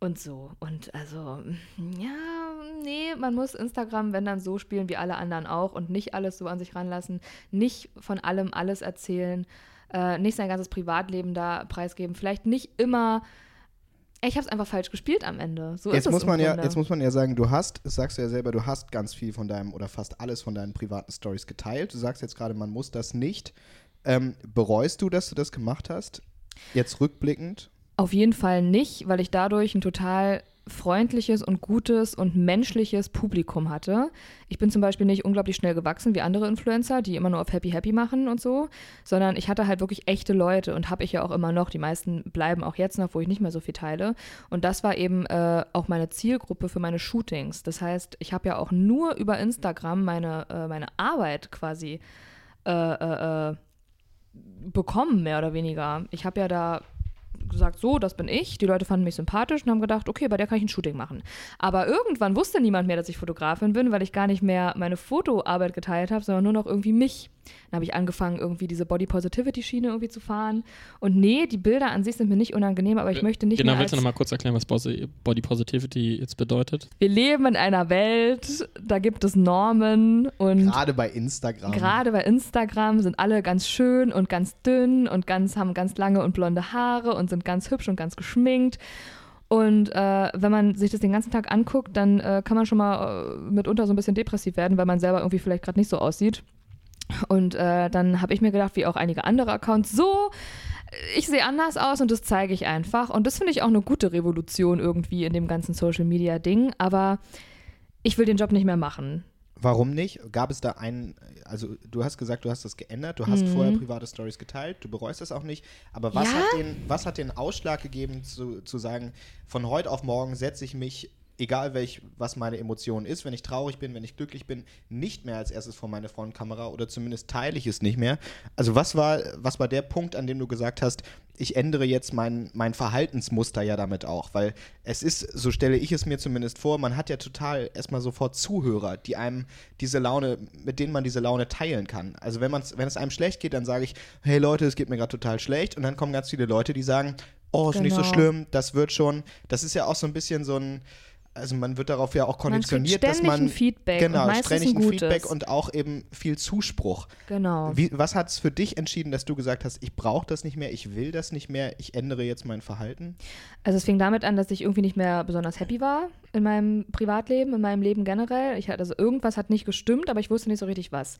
[SPEAKER 4] Und so. Und also, ja, nee, man muss Instagram, wenn dann so spielen wie alle anderen auch und nicht alles so an sich ranlassen, nicht von allem alles erzählen, äh, nicht sein ganzes Privatleben da preisgeben, vielleicht nicht immer. Ich habe es einfach falsch gespielt am Ende. So ist
[SPEAKER 2] Jetzt
[SPEAKER 4] es
[SPEAKER 2] muss,
[SPEAKER 4] im
[SPEAKER 2] man ja,
[SPEAKER 4] Grunde.
[SPEAKER 2] jetzt muss man ja sagen, du hast, das sagst du ja selber, du hast ganz viel von deinem oder fast alles von deinen privaten Stories geteilt. Du sagst jetzt gerade, man muss das nicht. Ähm, bereust du, dass du das gemacht hast? Jetzt rückblickend?
[SPEAKER 4] Auf jeden Fall nicht, weil ich dadurch ein total freundliches und gutes und menschliches Publikum hatte. Ich bin zum Beispiel nicht unglaublich schnell gewachsen wie andere Influencer, die immer nur auf Happy Happy machen und so, sondern ich hatte halt wirklich echte Leute und habe ich ja auch immer noch. Die meisten bleiben auch jetzt noch, wo ich nicht mehr so viel teile. Und das war eben äh, auch meine Zielgruppe für meine Shootings. Das heißt, ich habe ja auch nur über Instagram meine, äh, meine Arbeit quasi äh, äh, äh, bekommen, mehr oder weniger. Ich habe ja da gesagt, so, das bin ich. Die Leute fanden mich sympathisch und haben gedacht, okay, bei der kann ich ein Shooting machen. Aber irgendwann wusste niemand mehr, dass ich Fotografin bin, weil ich gar nicht mehr meine Fotoarbeit geteilt habe, sondern nur noch irgendwie mich. Dann habe ich angefangen, irgendwie diese Body Positivity Schiene irgendwie zu fahren. Und nee, die Bilder an sich sind mir nicht unangenehm, aber ich möchte nicht
[SPEAKER 3] genau,
[SPEAKER 4] mehr als
[SPEAKER 3] willst du nochmal kurz erklären, was Bosi- Body Positivity jetzt bedeutet?
[SPEAKER 4] wir leben in einer Welt, da gibt es Normen und
[SPEAKER 2] Gerade bei Instagram.
[SPEAKER 4] gerade bei Instagram sind alle ganz schön und ganz dünn und ganz haben ganz lange und blonde Haare und sind ganz hübsch und ganz geschminkt. Und äh, wenn man sich das den ganzen Tag anguckt, dann äh, kann man schon mal äh, mitunter so ein bisschen depressiv werden, weil man selber irgendwie vielleicht gerade nicht so aussieht. Und äh, dann habe ich mir gedacht, wie auch einige andere Accounts, so, ich sehe anders aus und das zeige ich einfach. Und das finde ich auch eine gute Revolution irgendwie in dem ganzen Social-Media-Ding. Aber ich will den Job nicht mehr machen.
[SPEAKER 2] Warum nicht? Gab es da einen, also du hast gesagt, du hast das geändert, du hast vorher private Stories geteilt, du bereust das auch nicht, aber was,
[SPEAKER 4] Ja.
[SPEAKER 2] hat, den, was hat den Ausschlag gegeben zu, zu sagen, von heute auf morgen setze ich mich egal welch, was meine Emotion ist, wenn ich traurig bin, wenn ich glücklich bin, nicht mehr als erstes vor meine Frontkamera oder zumindest teile ich es nicht mehr. Also was war, was war der Punkt, an dem du gesagt hast, ich ändere jetzt mein, mein Verhaltensmuster ja damit auch, weil es ist, so stelle ich es mir zumindest vor, man hat ja total erstmal sofort Zuhörer, die einem diese Laune, mit denen man diese Laune teilen kann. Also wenn man's, wenn es einem schlecht geht, dann sage ich, hey Leute, es geht mir gerade total schlecht und dann kommen ganz viele Leute, die sagen, oh, ist nicht so
[SPEAKER 4] Genau.
[SPEAKER 2] schlimm, das wird schon. Das ist ja auch so ein bisschen so ein, also man wird darauf ja auch
[SPEAKER 4] kriegt
[SPEAKER 2] konditioniert, dass
[SPEAKER 4] ständig
[SPEAKER 2] man
[SPEAKER 4] ein Feedback und
[SPEAKER 2] genau
[SPEAKER 4] meistens
[SPEAKER 2] ständig
[SPEAKER 4] ein
[SPEAKER 2] ein Feedback
[SPEAKER 4] gutes.
[SPEAKER 2] und auch eben viel Zuspruch.
[SPEAKER 4] Genau.
[SPEAKER 2] Wie, was hat es für dich entschieden, dass du gesagt hast, ich brauche das nicht mehr, ich will das nicht mehr, ich ändere jetzt mein Verhalten?
[SPEAKER 4] Also es fing damit an, dass ich irgendwie nicht mehr besonders happy war in meinem Privatleben, in meinem Leben generell. Ich hatte, also irgendwas hat nicht gestimmt, aber ich wusste nicht so richtig was.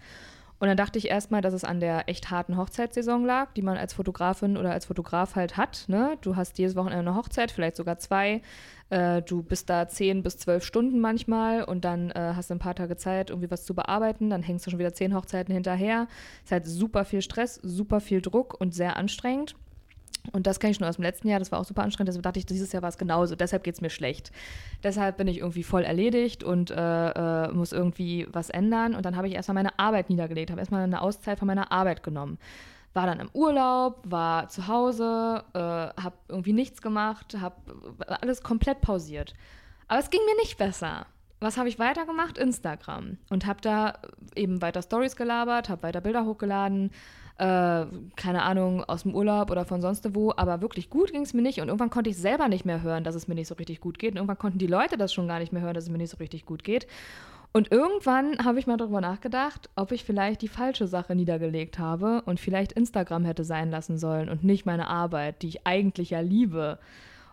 [SPEAKER 4] Und dann dachte ich erstmal, dass es an der echt harten Hochzeitssaison lag, die man als Fotografin oder als Fotograf halt hat. Ne? Du hast jedes Wochenende eine Hochzeit, vielleicht sogar zwei. Äh, du bist da zehn bis zwölf Stunden manchmal und dann äh, hast du ein paar Tage Zeit, irgendwie was zu bearbeiten. Dann hängst du schon wieder zehn Hochzeiten hinterher. Ist halt super viel Stress, super viel Druck und sehr anstrengend. Und das kenne ich schon aus dem letzten Jahr, das war auch super anstrengend, deshalb dachte ich, dieses Jahr war es genauso, deshalb geht es mir schlecht. Deshalb bin ich irgendwie voll erledigt und äh, äh, muss irgendwie was ändern. Und dann habe ich erstmal meine Arbeit niedergelegt, habe erstmal eine Auszeit von meiner Arbeit genommen. War dann im Urlaub, war zu Hause, äh, habe irgendwie nichts gemacht, habe alles komplett pausiert. Aber es ging mir nicht besser. Was habe ich weitergemacht? Instagram. Und habe da eben weiter Stories gelabert, habe weiter Bilder hochgeladen. Äh, keine Ahnung, aus dem Urlaub oder von sonst wo. Aber wirklich gut ging es mir nicht. Und irgendwann konnte ich selber nicht mehr hören, dass es mir nicht so richtig gut geht. Und irgendwann konnten die Leute das schon gar nicht mehr hören, dass es mir nicht so richtig gut geht. Und irgendwann habe ich mal darüber nachgedacht, ob ich vielleicht die falsche Sache niedergelegt habe und vielleicht Instagram hätte sein lassen sollen und nicht meine Arbeit, die ich eigentlich ja liebe.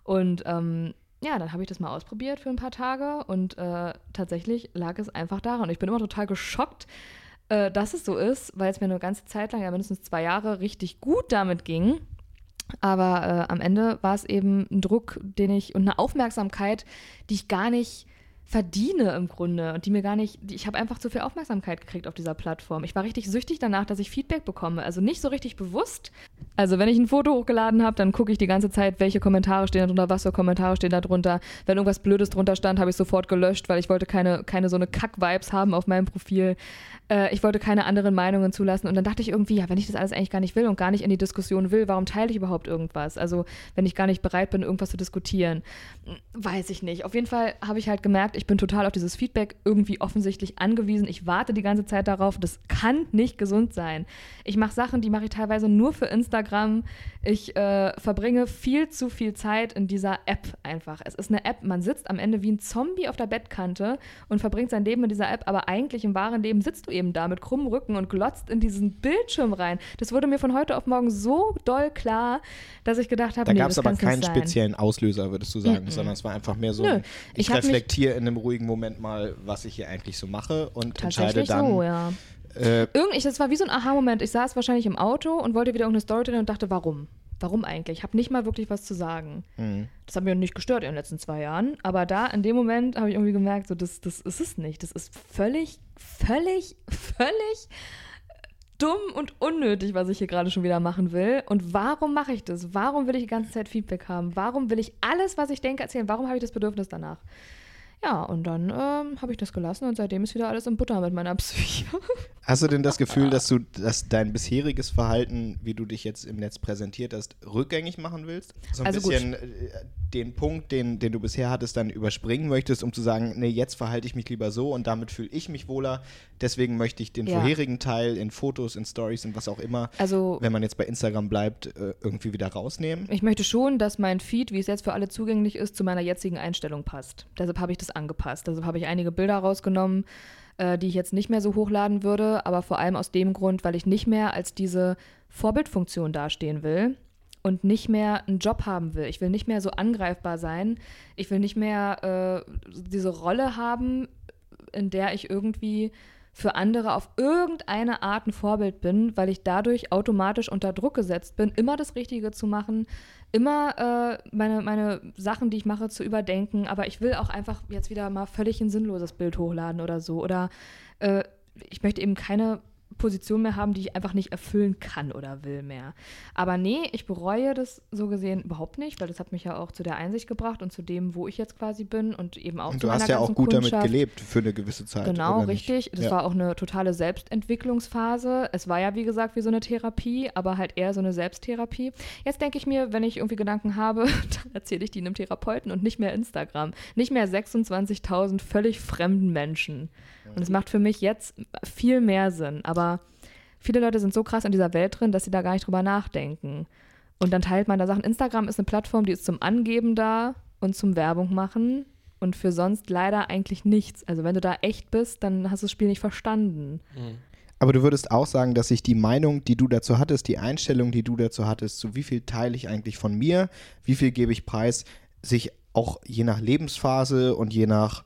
[SPEAKER 4] Und ähm, ja, dann habe ich das mal ausprobiert für ein paar Tage und äh, tatsächlich lag es einfach daran. Ich bin immer total geschockt, äh, dass es so ist, weil es mir eine ganze Zeit lang, ja mindestens zwei Jahre, richtig gut damit ging. Aber äh, am Ende war es eben ein Druck, den ich und eine Aufmerksamkeit, die ich gar nicht verdiene im Grunde und die mir gar nicht, die, ich habe einfach zu viel Aufmerksamkeit gekriegt auf dieser Plattform. Ich war richtig süchtig danach, dass ich Feedback bekomme, also nicht so richtig bewusst. Also wenn ich ein Foto hochgeladen habe, dann gucke ich die ganze Zeit, welche Kommentare stehen da drunter, was für Kommentare stehen da drunter. Wenn irgendwas Blödes drunter stand, habe ich sofort gelöscht, weil ich wollte keine, keine so eine Kack-Vibes haben auf meinem Profil. Äh, ich wollte keine anderen Meinungen zulassen und dann dachte ich irgendwie, ja, wenn ich das alles eigentlich gar nicht will und gar nicht in die Diskussion will, warum teile ich überhaupt irgendwas? Also wenn ich gar nicht bereit bin, irgendwas zu diskutieren. Weiß ich nicht. Auf jeden Fall habe ich halt gemerkt, ich bin total auf dieses Feedback irgendwie offensichtlich angewiesen. Ich warte die ganze Zeit darauf. Das kann nicht gesund sein. Ich mache Sachen, die mache ich teilweise nur für Instagram. Ich äh, verbringe viel zu viel Zeit in dieser App einfach. Es ist eine App. Man sitzt am Ende wie ein Zombie auf der Bettkante und verbringt sein Leben in dieser App. Aber eigentlich im wahren Leben sitzt du eben da mit krummem Rücken und glotzt in diesen Bildschirm rein. Das wurde mir von heute auf morgen so doll klar, dass ich gedacht habe,
[SPEAKER 2] Da
[SPEAKER 4] nee,
[SPEAKER 2] gab es
[SPEAKER 4] das
[SPEAKER 2] aber
[SPEAKER 4] kann's nicht
[SPEAKER 2] keinen
[SPEAKER 4] sein.
[SPEAKER 2] speziellen Auslöser, würdest du sagen, sondern es war einfach mehr so,
[SPEAKER 4] Nö,
[SPEAKER 2] ein, ich,
[SPEAKER 4] ich hab mich-
[SPEAKER 2] reflektiere in einem ruhigen Moment mal, was ich hier eigentlich so mache und entscheide
[SPEAKER 4] Tatsächlich
[SPEAKER 2] dann,
[SPEAKER 4] so, ja.
[SPEAKER 2] äh,
[SPEAKER 4] Irgendwie, das war wie so ein Aha-Moment. Ich saß wahrscheinlich im Auto und wollte wieder irgendeine Story drehen und dachte, warum? Warum eigentlich? Ich habe nicht mal wirklich was zu sagen. Das hat mich nicht gestört in den letzten zwei Jahren. Aber da, in dem Moment, habe ich irgendwie gemerkt, so, das, das ist es nicht. Das ist völlig, völlig, völlig dumm und unnötig, was ich hier gerade schon wieder machen will. Und warum mache ich das? Warum will ich die ganze Zeit Feedback haben? Warum will ich alles, was ich denke, erzählen? Warum habe ich das Bedürfnis danach? Ja, und dann ähm, habe ich das gelassen und seitdem ist wieder alles im Butter mit meiner Psyche.
[SPEAKER 2] Hast du denn das Gefühl, dass du dass dein bisheriges Verhalten, wie du dich jetzt im Netz präsentiert hast, rückgängig machen willst? So ein
[SPEAKER 4] Also gut.
[SPEAKER 2] bisschen äh, den Punkt, den, den du bisher hattest, dann überspringen möchtest, um zu sagen, nee, jetzt verhalte ich mich lieber so und damit fühle ich mich wohler. Deswegen möchte ich den
[SPEAKER 4] Ja.
[SPEAKER 2] vorherigen Teil in Fotos, in Stories, in was auch immer,
[SPEAKER 4] Also-
[SPEAKER 2] wenn man jetzt bei Instagram bleibt, äh, irgendwie wieder rausnehmen.
[SPEAKER 4] Ich möchte schon, dass mein Feed, wie es jetzt für alle zugänglich ist, zu meiner jetzigen Einstellung passt. Deshalb habe ich das angepasst. Deshalb habe ich einige Bilder rausgenommen, äh, die ich jetzt nicht mehr so hochladen würde, aber vor allem aus dem Grund, weil ich nicht mehr als diese Vorbildfunktion dastehen will und nicht mehr einen Job haben will. Ich will nicht mehr so angreifbar sein. Ich will nicht mehr äh, diese Rolle haben, in der ich irgendwie für andere auf irgendeine Art ein Vorbild bin, weil ich dadurch automatisch unter Druck gesetzt bin, immer das Richtige zu machen, immer äh, meine, meine Sachen, die ich mache, zu überdenken. Aber ich will auch einfach jetzt wieder mal völlig ein sinnloses Bild hochladen oder so. Oder äh, ich möchte eben keine Position mehr haben, die ich einfach nicht erfüllen kann oder will mehr. Aber nee, ich bereue das so gesehen überhaupt nicht, weil das hat mich ja auch zu der Einsicht gebracht und zu dem, wo ich jetzt quasi bin und eben auch
[SPEAKER 2] Und
[SPEAKER 4] zu
[SPEAKER 2] du hast
[SPEAKER 4] meiner
[SPEAKER 2] ja auch
[SPEAKER 4] ganzen
[SPEAKER 2] gut damit
[SPEAKER 4] Kundschaft.
[SPEAKER 2] gelebt für eine gewisse Zeit.
[SPEAKER 4] Genau,
[SPEAKER 2] oder nicht?
[SPEAKER 4] richtig. Das
[SPEAKER 2] ja.
[SPEAKER 4] war auch eine totale Selbstentwicklungsphase. Es war ja, wie gesagt, wie so eine Therapie, aber halt eher so eine Selbsttherapie. Jetzt denke ich mir, wenn ich irgendwie Gedanken habe, dann erzähle ich die einem Therapeuten und nicht mehr Instagram. Nicht mehr 26.000 völlig fremden Menschen. Und es macht für mich jetzt viel mehr Sinn. Aber viele Leute sind so krass in dieser Welt drin, dass sie da gar nicht drüber nachdenken. Und dann teilt man da Sachen. Instagram ist eine Plattform, die ist zum Angeben da und zum Werbung machen und für sonst leider eigentlich nichts. Also wenn du da echt bist, dann hast du das Spiel nicht verstanden.
[SPEAKER 2] Aber du würdest auch sagen, dass sich die Meinung, die du dazu hattest, die Einstellung, die du dazu hattest, zu wie viel teile ich eigentlich von mir, wie viel gebe ich preis, sich auch je nach Lebensphase und je nach,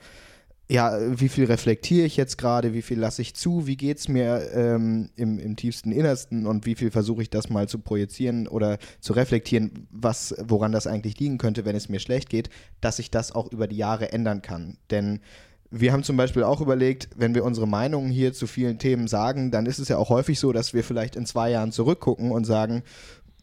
[SPEAKER 2] ja, wie viel reflektiere ich jetzt gerade, wie viel lasse ich zu, wie geht es mir ähm, im, im tiefsten Innersten und wie viel versuche ich das mal zu projizieren oder zu reflektieren, was, woran das eigentlich liegen könnte, wenn es mir schlecht geht, dass ich das auch über die Jahre ändern kann. Denn wir haben zum Beispiel auch überlegt, wenn wir unsere Meinungen hier zu vielen Themen sagen, dann ist es ja auch häufig so, dass wir vielleicht in zwei Jahren zurückgucken und sagen,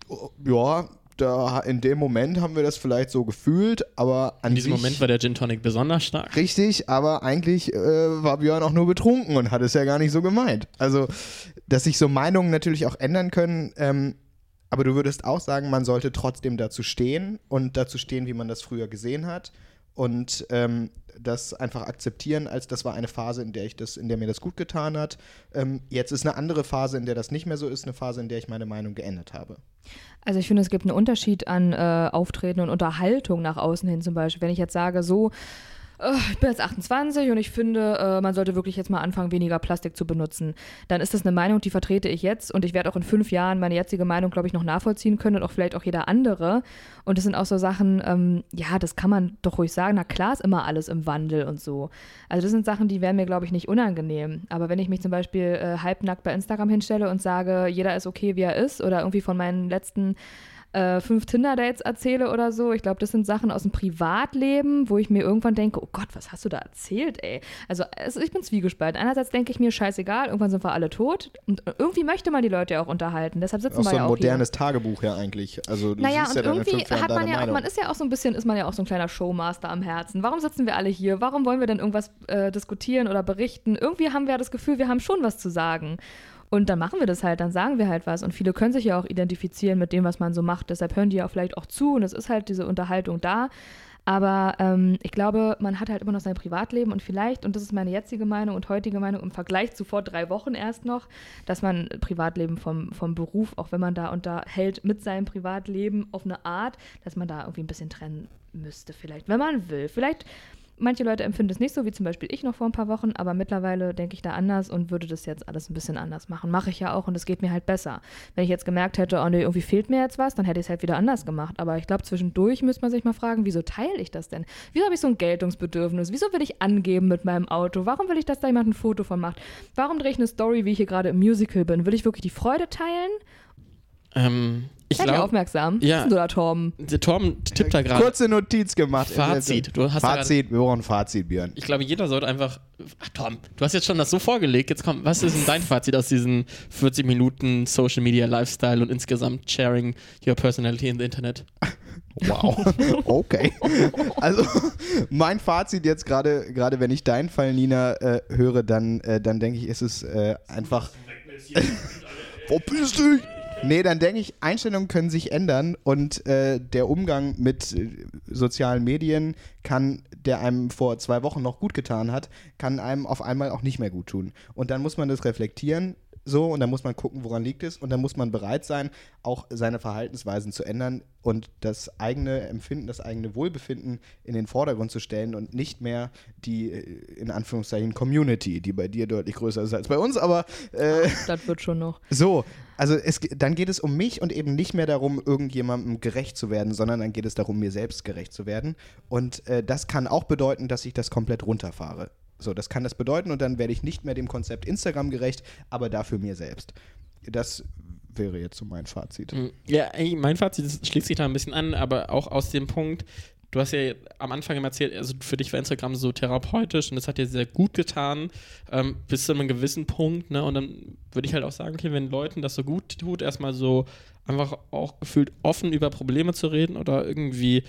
[SPEAKER 2] oh, ja, da, in dem Moment haben wir das vielleicht so gefühlt, aber an
[SPEAKER 3] In diesem
[SPEAKER 2] sich
[SPEAKER 3] Moment war der Gin Tonic besonders stark.
[SPEAKER 2] Richtig, aber eigentlich äh, war Björn auch nur betrunken und hat es ja gar nicht so gemeint. Also, dass sich so Meinungen natürlich auch ändern können, ähm, aber du würdest auch sagen, man sollte trotzdem dazu stehen und dazu stehen, wie man das früher gesehen hat und ähm, das einfach akzeptieren, als das war eine Phase, in der ich das, in der mir das gut getan hat. Ähm, jetzt ist eine andere Phase, in der das nicht mehr so ist, eine Phase, in der ich meine Meinung geändert habe.
[SPEAKER 4] Also ich finde, es gibt einen Unterschied an äh, Auftreten und Unterhaltung nach außen hin zum Beispiel. Wenn ich jetzt sage, so, äh, ich bin jetzt 28 und ich finde, äh, man sollte wirklich jetzt mal anfangen, weniger Plastik zu benutzen, dann ist das eine Meinung, die vertrete ich jetzt und ich werde auch in fünf Jahren meine jetzige Meinung, glaube ich, noch nachvollziehen können und auch vielleicht auch jeder andere. Und das sind auch so Sachen, ähm, ja, das kann man doch ruhig sagen. Na klar ist immer alles im Wandel und so. Also das sind Sachen, die wären mir, glaube ich, nicht unangenehm. Aber wenn ich mich zum Beispiel äh, halbnackt bei Instagram hinstelle und sage, jeder ist okay, wie er ist, oder irgendwie von meinen letzten äh, fünf Tinder-Dates erzähle oder so. Ich glaube, das sind Sachen aus dem Privatleben, wo ich mir irgendwann denke, oh Gott, was hast du da erzählt, ey? Also, also ich bin zwiegespalten. Einerseits denke ich mir, scheißegal, irgendwann sind wir alle tot. Und äh, irgendwie möchte man die Leute ja auch unterhalten. Deshalb sitzen
[SPEAKER 2] Auch
[SPEAKER 4] wir
[SPEAKER 2] so
[SPEAKER 4] ja
[SPEAKER 2] ein
[SPEAKER 4] auch hier.
[SPEAKER 2] modernes Tagebuch ja eigentlich. Also du
[SPEAKER 4] Naja, und
[SPEAKER 2] siehst ja dann in
[SPEAKER 4] irgendwie
[SPEAKER 2] fünf Jahren
[SPEAKER 4] hat man
[SPEAKER 2] deine
[SPEAKER 4] ja auch,
[SPEAKER 2] Meinung.
[SPEAKER 4] man ist ja auch so ein bisschen, ist man ja auch so ein kleiner Showmaster am Herzen. Warum sitzen wir alle hier? Warum wollen wir denn irgendwas äh, diskutieren oder berichten? Irgendwie haben wir ja das Gefühl, wir haben schon was zu sagen. Und dann machen wir das halt, dann sagen wir halt was. Und viele können sich ja auch identifizieren mit dem, was man so macht. Deshalb hören die ja vielleicht auch zu und es ist halt diese Unterhaltung da. Aber ähm, ich glaube, man hat halt immer noch sein Privatleben und vielleicht, und das ist meine jetzige Meinung und heutige Meinung im Vergleich zu vor drei Wochen erst noch, dass man Privatleben vom, vom Beruf, auch wenn man da unterhält mit seinem Privatleben auf eine Art, dass man da irgendwie ein bisschen trennen müsste, vielleicht, wenn man will. Vielleicht, manche Leute empfinden es nicht so, wie zum Beispiel ich noch vor ein paar Wochen, aber mittlerweile denke ich da anders und würde das jetzt alles ein bisschen anders machen. Mache ich ja auch und es geht mir halt besser. Wenn ich jetzt gemerkt hätte, oh nee, irgendwie fehlt mir jetzt was, dann hätte ich es halt wieder anders gemacht. Aber ich glaube, zwischendurch müsste man sich mal fragen, wieso teile ich das denn? Wieso habe ich so ein Geltungsbedürfnis? Wieso will ich angeben mit meinem Auto? Warum will ich, dass da jemand ein Foto von macht? Warum drehe ich eine Story, wie ich hier gerade im Musical bin? Will ich wirklich die Freude teilen?
[SPEAKER 3] Ähm, ich
[SPEAKER 4] Seid ihr
[SPEAKER 3] glaube,
[SPEAKER 4] aufmerksam?
[SPEAKER 3] Ja.
[SPEAKER 4] Was ist denn du da, Torben?
[SPEAKER 3] der Torben tippt da gerade.
[SPEAKER 2] Kurze Notiz gemacht.
[SPEAKER 3] Fazit. Du hast ja
[SPEAKER 2] Fazit, wir brauchen ein Fazit, Björn.
[SPEAKER 3] Ich glaube, jeder sollte einfach. Ach, Tom, du hast jetzt schon das so vorgelegt. Jetzt komm, was ist denn dein Fazit aus diesen 40 Minuten Social Media Lifestyle und insgesamt sharing your personality in the Internet?
[SPEAKER 2] Wow. Okay. Also mein Fazit jetzt gerade, gerade wenn ich deinen Fall, Nina, äh, höre, dann, äh, dann denke ich, ist es äh, einfach. Verpiss dich! Nee, dann denke ich, Einstellungen können sich ändern und äh, der Umgang mit äh, sozialen Medien kann, der einem vor zwei Wochen noch gut getan hat, kann einem auf einmal auch nicht mehr gut tun. Und dann muss man das reflektieren, so, und dann muss man gucken, woran liegt es. Und dann muss man bereit sein, auch seine Verhaltensweisen zu ändern und das eigene Empfinden, das eigene Wohlbefinden in den Vordergrund zu stellen und nicht mehr die, äh, in Anführungszeichen, Community, die bei dir deutlich größer ist als bei uns, aber äh,
[SPEAKER 4] Das wird schon noch.
[SPEAKER 2] so, also es, ge- dann geht es um mich und eben nicht mehr darum, irgendjemandem gerecht zu werden, sondern dann geht es darum, mir selbst gerecht zu werden. Und äh, das kann auch bedeuten, dass ich das komplett runterfahre. So, das kann das bedeuten und dann werde ich nicht mehr dem Konzept Instagram gerecht, aber dafür mir selbst. Das wäre jetzt so mein Fazit.
[SPEAKER 4] Hm,
[SPEAKER 3] Ja, ey, mein Fazit ist- schließt sich da ein bisschen an, aber auch aus dem Punkt, du hast ja am Anfang immer erzählt, also für dich war Instagram so therapeutisch und das hat dir sehr gut getan, ähm, bis zu einem gewissen Punkt, ne? Und dann würde ich halt auch sagen, okay, wenn Leuten das so gut tut, erstmal so einfach auch gefühlt offen über Probleme zu reden oder irgendwie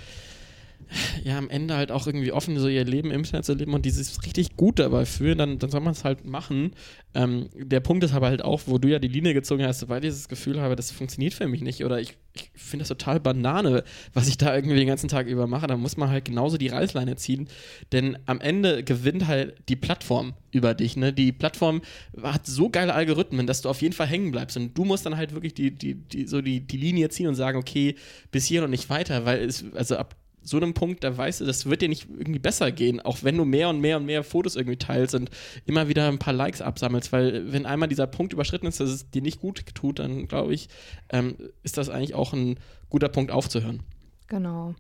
[SPEAKER 3] ja am Ende halt auch irgendwie offen so ihr Leben im Internet zu leben und die sich richtig gut dabei fühlen, dann, dann soll man es halt machen. Ähm, der Punkt ist aber halt auch, wo du ja die Linie gezogen hast, weil ich dieses Gefühl habe, das funktioniert für mich nicht oder ich, ich finde das total Banane, was ich da irgendwie den ganzen Tag über mache, dann muss man halt genauso die Reißleine ziehen, denn am Ende gewinnt halt die Plattform über dich. Ne? Die Plattform hat so geile Algorithmen, dass du auf jeden Fall hängen bleibst und du musst dann halt wirklich die, die, die, so die, die Linie ziehen und sagen, okay, bis hier und nicht weiter, weil es, also ab so einem Punkt, da weißt du, das wird dir nicht irgendwie besser gehen, auch wenn du mehr und mehr und mehr Fotos irgendwie teilst und immer wieder ein paar Likes absammelst, weil wenn einmal dieser Punkt überschritten ist, dass es dir nicht gut tut, dann glaube ich, ähm, ist das eigentlich auch ein guter Punkt aufzuhören.
[SPEAKER 4] Genau.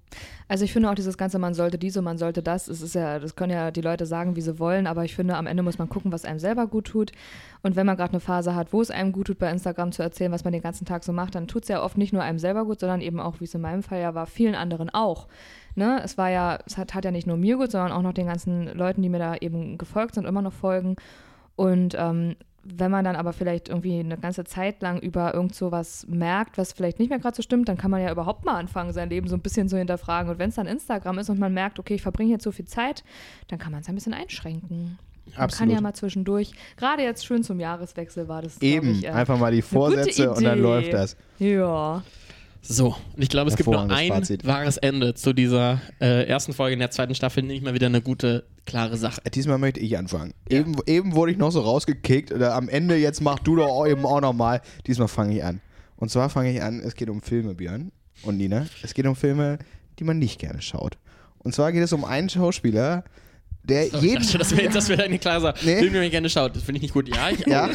[SPEAKER 4] Also ich finde auch dieses ganze, man sollte dies und man sollte das, es ist ja, das können ja die Leute sagen, wie sie wollen, aber ich finde, am Ende muss man gucken, was einem selber gut tut. Und wenn man gerade eine Phase hat, wo es einem gut tut, bei Instagram zu erzählen, was man den ganzen Tag so macht, dann tut es ja oft nicht nur einem selber gut, sondern eben auch, wie es in meinem Fall ja war, vielen anderen auch. Ne? Es war ja, es hat, tat ja nicht nur mir gut, sondern auch noch den ganzen Leuten, die mir da eben gefolgt sind, immer noch folgen. Und ähm, wenn man dann aber vielleicht irgendwie eine ganze Zeit lang über irgend so was merkt, was vielleicht nicht mehr gerade so stimmt, dann kann man ja überhaupt mal anfangen, sein Leben so ein bisschen zu hinterfragen. Und wenn es dann Instagram ist und man merkt, okay, ich verbringe jetzt so viel Zeit, dann kann man es ein bisschen einschränken. Man
[SPEAKER 2] Absolut.
[SPEAKER 4] kann ja mal zwischendurch, gerade jetzt schön zum Jahreswechsel war das. glaub
[SPEAKER 2] Eben,
[SPEAKER 4] ich, äh,
[SPEAKER 2] einfach mal die
[SPEAKER 4] gute
[SPEAKER 2] Vorsätze und dann
[SPEAKER 4] Idee.
[SPEAKER 2] läuft das.
[SPEAKER 4] Ja,
[SPEAKER 3] So, und ich glaube, es gibt noch ein
[SPEAKER 2] Hervorragendes Fazit.
[SPEAKER 3] wahres Ende zu dieser äh, ersten Folge in der zweiten Staffel, nämlich mal wieder eine gute, klare Sache.
[SPEAKER 2] Äh, Diesmal möchte ich anfangen. Eben, eben wurde ich noch so rausgekickt. Oder am Ende, jetzt mach du doch auch eben auch nochmal. Diesmal fange ich an. Und zwar fange ich an, es geht um Filme, Björn und Nina. Es geht um Filme, die man nicht gerne schaut. Und zwar geht es um einen Schauspieler, der
[SPEAKER 3] So,
[SPEAKER 2] jeden
[SPEAKER 3] ich dachte, das wäre jetzt das wäre eine klare Sache.
[SPEAKER 2] Nee.
[SPEAKER 3] Film, den man gerne schaut. Das finde ich nicht gut. Ja, ich
[SPEAKER 2] Ja.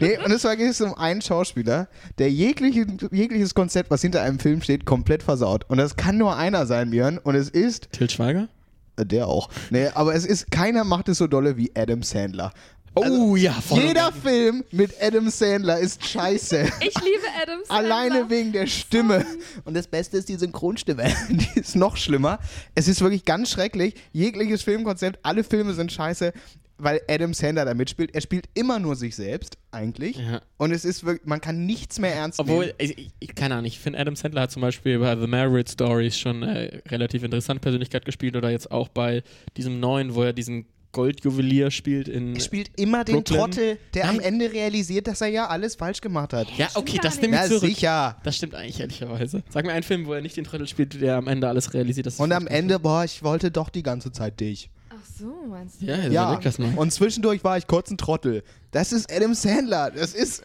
[SPEAKER 2] Nee, und es war geht es um einen Schauspieler, der jegliche, jegliches Konzept, was hinter einem Film steht, komplett versaut. Und das kann nur einer sein, Björn. Und es ist
[SPEAKER 3] Til Schweiger?
[SPEAKER 2] äh, der auch. Nee, aber es ist keiner macht es so dolle wie Adam Sandler.
[SPEAKER 3] Oh
[SPEAKER 2] Also,
[SPEAKER 3] ja, voll.
[SPEAKER 2] Jeder Film mit Adam Sandler ist scheiße.
[SPEAKER 4] ich liebe Adams.
[SPEAKER 2] Alleine wegen der Stimme. Und das Beste ist die Synchronstimme. Die ist noch schlimmer. Es ist wirklich ganz schrecklich. Jegliches Filmkonzept, alle Filme sind scheiße, weil Adam Sandler da mitspielt. Er spielt immer nur sich selbst, eigentlich.
[SPEAKER 3] Ja.
[SPEAKER 2] Und es ist wirklich, man kann nichts mehr ernst nehmen.
[SPEAKER 3] Obwohl, ich, ich- ich, keine Ahnung, ich finde Adam Sandler hat zum Beispiel bei The Marriage Stories schon äh, relativ interessante Persönlichkeit gespielt oder jetzt auch bei diesem neuen, wo er diesen Goldjuwelier spielt in.
[SPEAKER 2] Er spielt immer den
[SPEAKER 3] Brooklyn.
[SPEAKER 2] Trottel, der am
[SPEAKER 3] Nein.
[SPEAKER 2] Ende realisiert, dass er ja alles falsch gemacht hat.
[SPEAKER 3] ja, okay, das nehme ich
[SPEAKER 2] Na
[SPEAKER 3] zurück.
[SPEAKER 2] sicher.
[SPEAKER 3] Das stimmt eigentlich ehrlicherweise. Sag mir einen Film, wo er nicht den Trottel spielt, der am Ende alles realisiert. dass es
[SPEAKER 2] Und am
[SPEAKER 3] falsch ist.
[SPEAKER 2] Ende, boah, ich wollte doch die ganze Zeit dich.
[SPEAKER 4] Ach so, meinst du?
[SPEAKER 3] Ja, also
[SPEAKER 2] Ja,
[SPEAKER 3] überleg das mal.
[SPEAKER 2] und zwischendurch war ich kurz ein Trottel. Das ist Adam Sandler. Das ist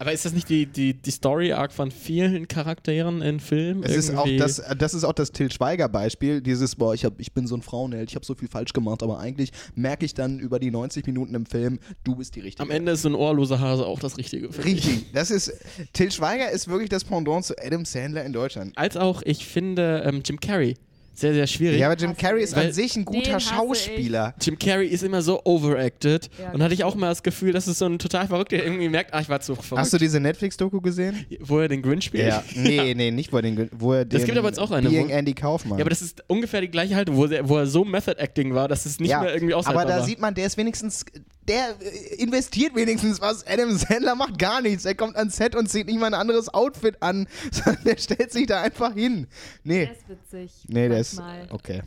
[SPEAKER 3] Aber ist das nicht die, die, die Story-Arc von vielen Charakteren in Filmen?
[SPEAKER 2] Es ist auch
[SPEAKER 3] Irgendwie-
[SPEAKER 2] das, äh, das ist auch das Till Schweiger Beispiel, dieses boah, ich hab, ich bin so ein Frauenheld, ich habe so viel falsch gemacht, aber eigentlich merke ich dann über die 90 Minuten im Film, du bist die richtige.
[SPEAKER 3] Am Ende ist so ein ohrloser Hase auch das Richtige. finde ich.
[SPEAKER 2] richtig. Das ist Till Schweiger ist wirklich das Pendant zu Adam Sandler in Deutschland.
[SPEAKER 3] Als auch, ich finde ähm, Jim Carrey sehr, sehr schwierig.
[SPEAKER 2] Ja, aber Jim Carrey ist
[SPEAKER 3] Weil-
[SPEAKER 2] an sich
[SPEAKER 4] Den
[SPEAKER 2] ein guter
[SPEAKER 4] hasse ich.
[SPEAKER 2] Schauspieler.
[SPEAKER 3] Jim Carrey ist immer so overacted
[SPEAKER 4] Ja, genau.
[SPEAKER 3] und hatte ich auch mal das Gefühl, dass es so ein total verrückter der irgendwie merkt, ah, ich war zu verrückt,
[SPEAKER 2] Hast du diese Netflix Doku gesehen?
[SPEAKER 3] wo er den Grinch spielt.
[SPEAKER 2] Nee, nee, nicht wo er den wo er den
[SPEAKER 3] Es gibt aber jetzt auch eine,
[SPEAKER 2] Being
[SPEAKER 3] wo-
[SPEAKER 2] Andy Kaufmann.
[SPEAKER 3] Ja, aber das ist ungefähr die gleiche Haltung, wo, er- wo er so Method Acting war, dass es nicht
[SPEAKER 2] Ja,
[SPEAKER 3] mehr irgendwie aushaltbar
[SPEAKER 2] Aber da
[SPEAKER 3] war.
[SPEAKER 2] sieht man, der ist wenigstens, der äh, investiert wenigstens was. Adam Sandler macht gar nichts. Er kommt ans Set und zieht nicht mal ein anderes Outfit an, sondern der stellt sich da einfach hin. Nee,
[SPEAKER 4] Der ist witzig.
[SPEAKER 2] nee, der ist,
[SPEAKER 4] manchmal.
[SPEAKER 2] okay.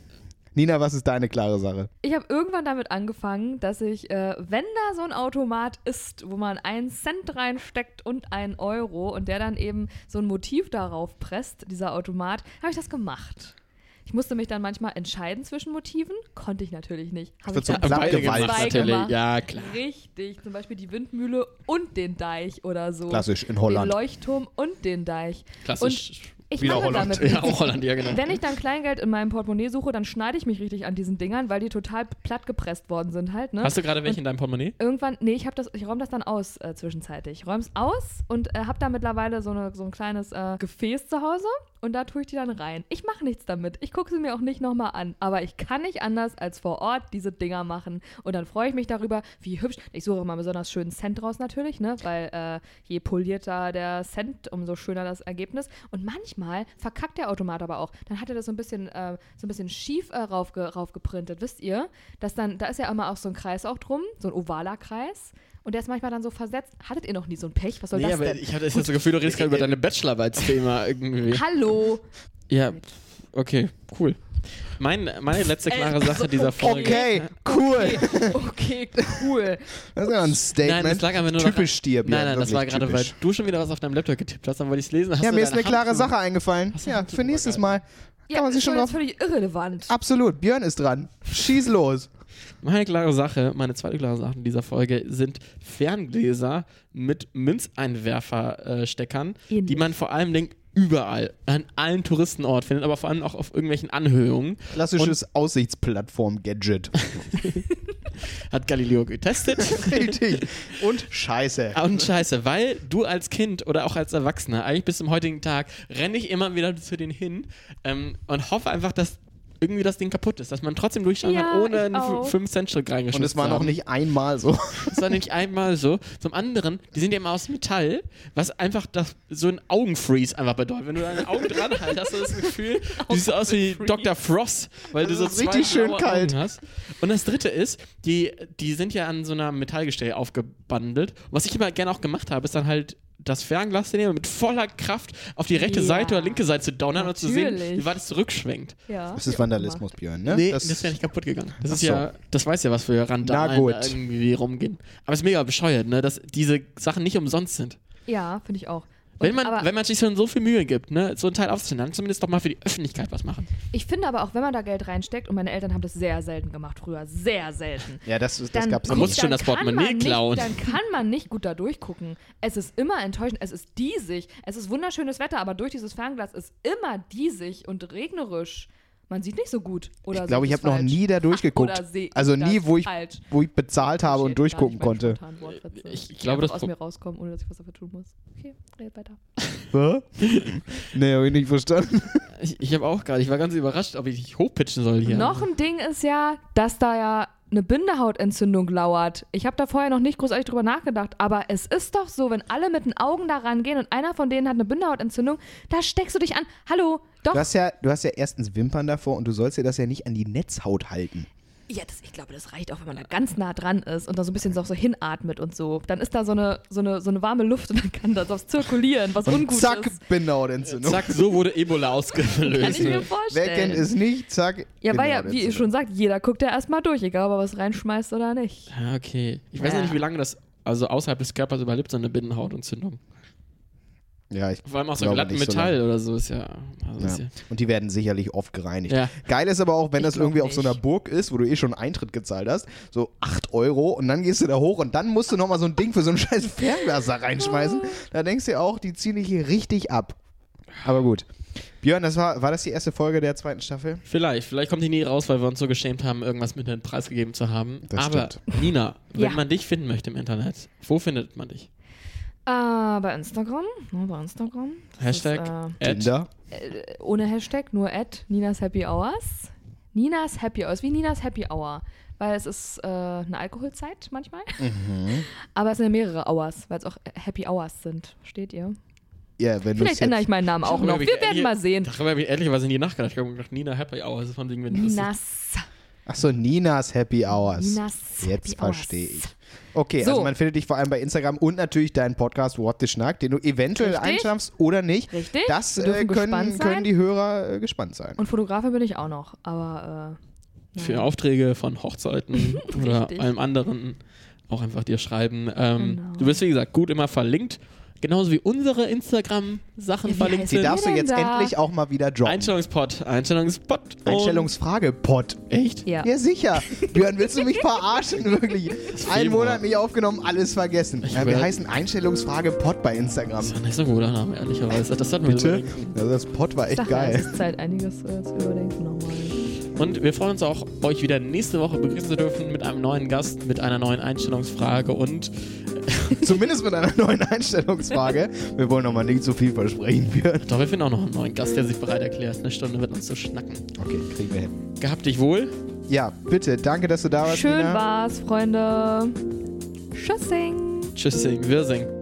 [SPEAKER 2] Nina, was ist deine klare Sache?
[SPEAKER 4] Ich habe irgendwann damit angefangen, dass ich, äh, wenn da so ein Automat ist, wo man einen Cent reinsteckt und einen Euro und der dann eben so ein Motiv darauf presst, dieser Automat, habe ich das gemacht. Ich musste mich dann manchmal entscheiden zwischen Motiven, konnte ich natürlich nicht. Hab
[SPEAKER 2] wird
[SPEAKER 4] ich
[SPEAKER 2] so
[SPEAKER 4] dann
[SPEAKER 2] platt
[SPEAKER 3] beide
[SPEAKER 2] gewalzt.
[SPEAKER 3] gemacht,
[SPEAKER 4] Beide
[SPEAKER 3] natürlich.
[SPEAKER 4] gemacht.
[SPEAKER 3] Ja, klar.
[SPEAKER 4] Richtig, zum Beispiel die Windmühle und den Deich oder so.
[SPEAKER 2] Klassisch, in Holland.
[SPEAKER 4] Den Leuchtturm und den Deich.
[SPEAKER 3] Klassisch.
[SPEAKER 4] Und ich
[SPEAKER 3] Wieder
[SPEAKER 4] mache
[SPEAKER 3] Holland.
[SPEAKER 4] damit
[SPEAKER 3] Ja, auch Holland, ja, genau.
[SPEAKER 4] Wenn ne? ich dann Kleingeld in meinem Portemonnaie suche, dann schneide ich mich richtig an diesen Dingern, weil die total platt gepresst worden sind halt. Ne?
[SPEAKER 3] Hast du gerade welche in deinem Portemonnaie?
[SPEAKER 4] Irgendwann, nee, ich, hab das- ich räume das dann aus äh, zwischenzeitlich. Ich räume es aus und äh, habe da mittlerweile so, eine, so ein kleines äh, Gefäß zu Hause und da tue ich die dann rein. Ich mache nichts damit. Ich gucke sie mir auch nicht nochmal an. Aber ich kann nicht anders als vor Ort diese Dinger machen. Und dann freue ich mich darüber, wie hübsch. Ich suche immer einen besonders schönen Cent raus natürlich, ne? weil äh, je polierter der Cent, umso schöner das Ergebnis. Und manchmal verkackt der Automat aber auch. Dann hat er das so ein bisschen, äh, so ein bisschen schief äh, raufge raufgeprintet, wisst ihr? Dass dann, da ist ja immer auch so ein Kreis auch drum, so ein ovaler Kreis. Und der ist manchmal dann so versetzt. Hattet ihr noch nie so ein Pech? Was soll
[SPEAKER 3] nee,
[SPEAKER 4] das
[SPEAKER 3] aber
[SPEAKER 4] denn?
[SPEAKER 3] ich hatte jetzt das Gefühl, du redest gerade über deine Bachelorarbeitsthema irgendwie.
[SPEAKER 4] Hallo!
[SPEAKER 3] Ja, okay, cool. Mein, meine letzte klare
[SPEAKER 4] Ey,
[SPEAKER 3] Sache dieser Folge.
[SPEAKER 2] Okay, cool.
[SPEAKER 4] Okay, cool.
[SPEAKER 2] Das ist ja ein Statement.
[SPEAKER 3] Nein, das lag aber nur noch-
[SPEAKER 2] typisch dir, Björn,
[SPEAKER 3] Nein, nein, das
[SPEAKER 2] wirklich
[SPEAKER 3] war gerade, weil
[SPEAKER 2] typisch.
[SPEAKER 3] du schon wieder was auf deinem Laptop getippt hast, dann wollte ich es lesen. Hast
[SPEAKER 2] Ja,
[SPEAKER 3] du
[SPEAKER 2] mir ist
[SPEAKER 3] deine
[SPEAKER 2] eine klare
[SPEAKER 3] Hand-
[SPEAKER 2] Sache eingefallen. Ja, für nächstes Mal. Kann man sich schon Ah.
[SPEAKER 4] das ist
[SPEAKER 2] drauf.
[SPEAKER 4] völlig irrelevant.
[SPEAKER 2] Absolut, Björn ist dran. Schieß los.
[SPEAKER 3] Meine klare Sache, meine zweite klare Sache in dieser Folge sind Ferngläser mit Münzeinwerfersteckern, äh, Steckern,
[SPEAKER 4] Ähnlich.
[SPEAKER 3] die man vor allem denkt, überall, an allen Touristenorten findet, aber vor allem auch auf irgendwelchen Anhöhungen.
[SPEAKER 2] Klassisches Aussichtsplattform-Gadget.
[SPEAKER 3] Hat Galileo getestet.
[SPEAKER 2] Richtig. Und Scheiße.
[SPEAKER 3] Und scheiße, weil du als Kind oder auch als Erwachsener, eigentlich bis zum heutigen Tag, renne ich immer wieder zu denen hin ähm, und hoffe einfach, dass irgendwie das Ding kaputt ist, dass man trotzdem durchschauen
[SPEAKER 4] Ja,
[SPEAKER 3] kann, ohne
[SPEAKER 4] ich
[SPEAKER 3] einen
[SPEAKER 4] auch.
[SPEAKER 3] 5-Cent-Stück reingeschmissen
[SPEAKER 2] Und es war
[SPEAKER 3] zu
[SPEAKER 2] noch
[SPEAKER 3] haben.
[SPEAKER 2] nicht einmal so.
[SPEAKER 3] Das war nicht einmal so. Zum anderen, die sind ja immer aus Metall, was einfach das, so ein Augenfreeze einfach bedeutet. Wenn du deine Augen dran halt, hast du das Gefühl, du siehst aus wie Dr. Frost, weil
[SPEAKER 2] Also
[SPEAKER 3] du
[SPEAKER 2] es
[SPEAKER 3] so
[SPEAKER 2] ist
[SPEAKER 3] zwei
[SPEAKER 2] richtig schön
[SPEAKER 3] blaue
[SPEAKER 2] kalt.
[SPEAKER 3] Augen hast. Und das dritte ist, die, die sind ja an so einer Metallgestell aufgebandelt. Und was ich immer gerne auch gemacht habe, ist dann halt das Fernglas zu nehmen und mit voller Kraft auf die rechte
[SPEAKER 4] Ja.
[SPEAKER 3] Seite oder linke Seite zu donnern und zu sehen,
[SPEAKER 4] Natürlich.
[SPEAKER 3] wie weit es zurückschwenkt.
[SPEAKER 4] Ja.
[SPEAKER 2] Das ist Vandalismus, Björn, ne?
[SPEAKER 3] Nee, das, ist ja nicht kaputt gegangen. Das ist
[SPEAKER 2] Ach so.
[SPEAKER 3] ja, das weiß ja, was für
[SPEAKER 2] Na
[SPEAKER 3] Randalen
[SPEAKER 2] gut.
[SPEAKER 3] da irgendwie rumgehen. Aber es ist mega bescheuert, ne, dass diese Sachen nicht umsonst sind.
[SPEAKER 4] Ja, finde ich auch. Und,
[SPEAKER 3] Wenn man,
[SPEAKER 4] aber
[SPEAKER 3] wenn man sich schon so viel Mühe gibt, ne, so ein Teil aufzunehmen, dann zumindest doch mal für die Öffentlichkeit was machen.
[SPEAKER 4] ich finde aber auch, wenn man da Geld reinsteckt, und meine Eltern haben das sehr selten gemacht früher, sehr selten.
[SPEAKER 2] ja, das, ist- das
[SPEAKER 4] Dann,
[SPEAKER 2] gab's
[SPEAKER 3] Man muss
[SPEAKER 2] nicht.
[SPEAKER 4] dann
[SPEAKER 3] schon das
[SPEAKER 4] kann
[SPEAKER 3] Portemonnaie
[SPEAKER 4] man nicht-
[SPEAKER 3] klauen.
[SPEAKER 4] Dann kann man nicht gut da durchgucken. Es ist immer enttäuschend. Es ist diesig. Es ist wunderschönes Wetter, aber durch dieses Fernglas ist immer diesig und regnerisch. Man sieht nicht so gut. Oder
[SPEAKER 2] Ich glaube, ich
[SPEAKER 4] sehe ich's
[SPEAKER 2] habe noch
[SPEAKER 4] falsch.
[SPEAKER 2] nie da durchgeguckt.
[SPEAKER 4] Oder sehe ich
[SPEAKER 2] Also nie,
[SPEAKER 4] das
[SPEAKER 2] wo ich,
[SPEAKER 4] falsch?
[SPEAKER 2] wo ich bezahlt habe und
[SPEAKER 4] Steht gar nicht
[SPEAKER 2] durchgucken
[SPEAKER 4] meine
[SPEAKER 2] konnte.
[SPEAKER 4] spontanen Wortwitze.
[SPEAKER 3] Ich- ich
[SPEAKER 4] Die einfach
[SPEAKER 3] glaube, das
[SPEAKER 4] aus
[SPEAKER 3] Pro-
[SPEAKER 4] mir rauskommen, ohne dass ich was dafür tun muss. Okay, red weiter.
[SPEAKER 2] Hä? nee, habe ich nicht verstanden.
[SPEAKER 3] Ich, ich habe auch gerade, ich war ganz überrascht, ob ich dich hochpitchen soll hier.
[SPEAKER 4] Noch ein Ding ist ja, dass da ja eine Bindehautentzündung lauert. Ich habe da vorher noch nicht großartig drüber nachgedacht, aber es ist doch so, wenn alle mit den Augen da rangehen und einer von denen hat eine Bindehautentzündung, da steckst du dich an. Hallo, doch.
[SPEAKER 2] Du hast, ja, du hast ja erstens Wimpern davor und du sollst dir das ja nicht an die Netzhaut halten.
[SPEAKER 4] Ja, das, ich glaube, das reicht auch, wenn man da ganz nah dran ist und da so ein bisschen so, so hinatmet und so. Dann ist da so eine, so eine, so eine warme Luft und dann kann das aufs Zirkulieren, was
[SPEAKER 2] Und
[SPEAKER 4] ungut
[SPEAKER 2] zack,
[SPEAKER 4] ist.
[SPEAKER 2] Bindehautentzündung.
[SPEAKER 3] Zack, so wurde Ebola
[SPEAKER 4] Kann ich
[SPEAKER 3] ausgelöst.
[SPEAKER 4] mir
[SPEAKER 2] Wer
[SPEAKER 4] vorstellen.
[SPEAKER 2] kennt es nicht? Zack. Genau,
[SPEAKER 4] ja, weil ja, wie ihr schon sagt, jeder guckt ja erstmal durch, egal ob er was reinschmeißt oder nicht.
[SPEAKER 3] Ja, okay. Ich weiß
[SPEAKER 4] Ja.
[SPEAKER 3] noch nicht, wie lange das also außerhalb des Körpers überlebt, so eine Binnenhautentzündung.
[SPEAKER 2] Ja, ich
[SPEAKER 3] Vor allem aus so
[SPEAKER 2] glaube
[SPEAKER 3] glattem
[SPEAKER 2] nicht so
[SPEAKER 3] Metall oder so ist ja. Also
[SPEAKER 2] lange.
[SPEAKER 3] Ist
[SPEAKER 2] ja.
[SPEAKER 3] ja
[SPEAKER 2] Und die werden sicherlich oft gereinigt.
[SPEAKER 3] Ja.
[SPEAKER 2] Geil ist aber auch, wenn
[SPEAKER 4] Ich
[SPEAKER 2] das
[SPEAKER 4] glaub
[SPEAKER 2] irgendwie auf so einer
[SPEAKER 4] nicht.
[SPEAKER 2] Burg ist, wo du eh schon Eintritt gezahlt hast, so 8 Euro und dann gehst du da hoch und dann musst du nochmal so ein Ding für so ein scheiß Fernglas da
[SPEAKER 4] Oh.
[SPEAKER 2] reinschmeißen. Da denkst du auch, die ziehen dich hier richtig ab. Aber gut. Björn, das war, war das die erste Folge der zweiten Staffel?
[SPEAKER 3] Vielleicht, vielleicht kommt die nie raus, weil wir uns so geschämt haben, irgendwas mit einem Preis gegeben zu haben.
[SPEAKER 2] Das
[SPEAKER 3] Aber Nina, wenn
[SPEAKER 4] Ja.
[SPEAKER 3] man dich finden möchte im Internet, wo findet man dich?
[SPEAKER 4] Ah, bei Instagram, ne, bei Instagram. Das ist,
[SPEAKER 3] Hashtag
[SPEAKER 4] äh,
[SPEAKER 3] at-
[SPEAKER 2] Tinder?
[SPEAKER 4] ohne Hashtag, nur at Ninas Happy Hours. Ninas Happy Hours, wie Ninas Happy Hour. Weil es ist äh, eine Alkoholzeit manchmal.
[SPEAKER 2] Mhm.
[SPEAKER 4] Aber es sind ja mehrere Hours, weil es auch Happy Hours sind. Versteht ihr?
[SPEAKER 2] Ja, wenn du
[SPEAKER 4] Vielleicht ändere ich meinen Namen auch noch.
[SPEAKER 3] Darüber
[SPEAKER 4] Wir
[SPEAKER 3] hab ich
[SPEAKER 4] werden
[SPEAKER 3] ehrlich-
[SPEAKER 4] mal sehen.
[SPEAKER 3] Darüber habe ich ehrlicherweise nie nachgedacht. Ich habe gedacht, Nina Happy Hour ist von wegen, wenn das ist-
[SPEAKER 4] Ninas.
[SPEAKER 2] Achso, Ninas Happy Hours.
[SPEAKER 4] Ninas
[SPEAKER 2] Jetzt
[SPEAKER 4] Happy Hours.
[SPEAKER 2] verstehe ich. Okay, also
[SPEAKER 4] So.
[SPEAKER 2] man findet dich vor allem bei Instagram und natürlich deinen Podcast What the Schnack, den du eventuell
[SPEAKER 4] Richtig.
[SPEAKER 2] einschaffst oder nicht.
[SPEAKER 4] Richtig.
[SPEAKER 2] Das
[SPEAKER 4] Wir
[SPEAKER 2] äh,
[SPEAKER 4] dürfen
[SPEAKER 2] können,
[SPEAKER 4] gespannt sein.
[SPEAKER 2] können die Hörer äh, gespannt sein.
[SPEAKER 4] Und Fotografin bin ich auch noch. Aber äh,
[SPEAKER 3] für
[SPEAKER 4] naja.
[SPEAKER 3] Aufträge von Hochzeiten oder
[SPEAKER 4] Richtig.
[SPEAKER 3] allem anderen auch einfach dir schreiben. Ähm,
[SPEAKER 4] Genau.
[SPEAKER 3] Du bist, wie gesagt, gut immer verlinkt. Genauso wie unsere Instagram-Sachen
[SPEAKER 4] Ja, wie
[SPEAKER 3] verlinkt
[SPEAKER 4] heißt
[SPEAKER 2] Die
[SPEAKER 4] sind
[SPEAKER 3] sind.
[SPEAKER 4] da?
[SPEAKER 2] darfst du
[SPEAKER 4] wir denn
[SPEAKER 2] jetzt endlich auch mal wieder droppen.
[SPEAKER 3] Einstellungspot. Einstellungspot. Und-
[SPEAKER 2] Einstellungsfrage-Pod.
[SPEAKER 3] Echt?
[SPEAKER 4] Ja.
[SPEAKER 2] Ja, sicher. Björn, willst du mich verarschen? Wirklich. Einen
[SPEAKER 3] Februar.
[SPEAKER 2] Monat nicht aufgenommen, alles vergessen.
[SPEAKER 3] Ich
[SPEAKER 2] Ja, wir
[SPEAKER 3] werd-
[SPEAKER 2] heißen Einstellungsfrage-Pod bei Instagram.
[SPEAKER 3] Das ist nicht so ein guter Name, ehrlicherweise. Das hat mir
[SPEAKER 2] Bitte? Also das Pod war echt
[SPEAKER 4] Sache, Es
[SPEAKER 2] geil.
[SPEAKER 4] ist Zeit, einiges äh, zu überdenken nochmal.
[SPEAKER 3] Und wir freuen uns auch, euch wieder nächste Woche begrüßen zu dürfen mit einem neuen Gast, mit einer neuen Einstellungsfrage und
[SPEAKER 2] Zumindest mit einer neuen Einstellungsfrage. Wir wollen nochmal nicht zu viel versprechen, Björn.
[SPEAKER 3] doch, wir finden auch noch einen neuen Gast, der sich bereit erklärt, eine Stunde mit uns zu schnacken.
[SPEAKER 2] Okay, kriegen wir hin.
[SPEAKER 3] Gehabt dich wohl.
[SPEAKER 2] Ja, bitte. Danke, dass du da warst.
[SPEAKER 4] Schön
[SPEAKER 2] Nina.
[SPEAKER 4] war's, Freunde. Tschüssing.
[SPEAKER 3] Tschüss, singen, wir singen.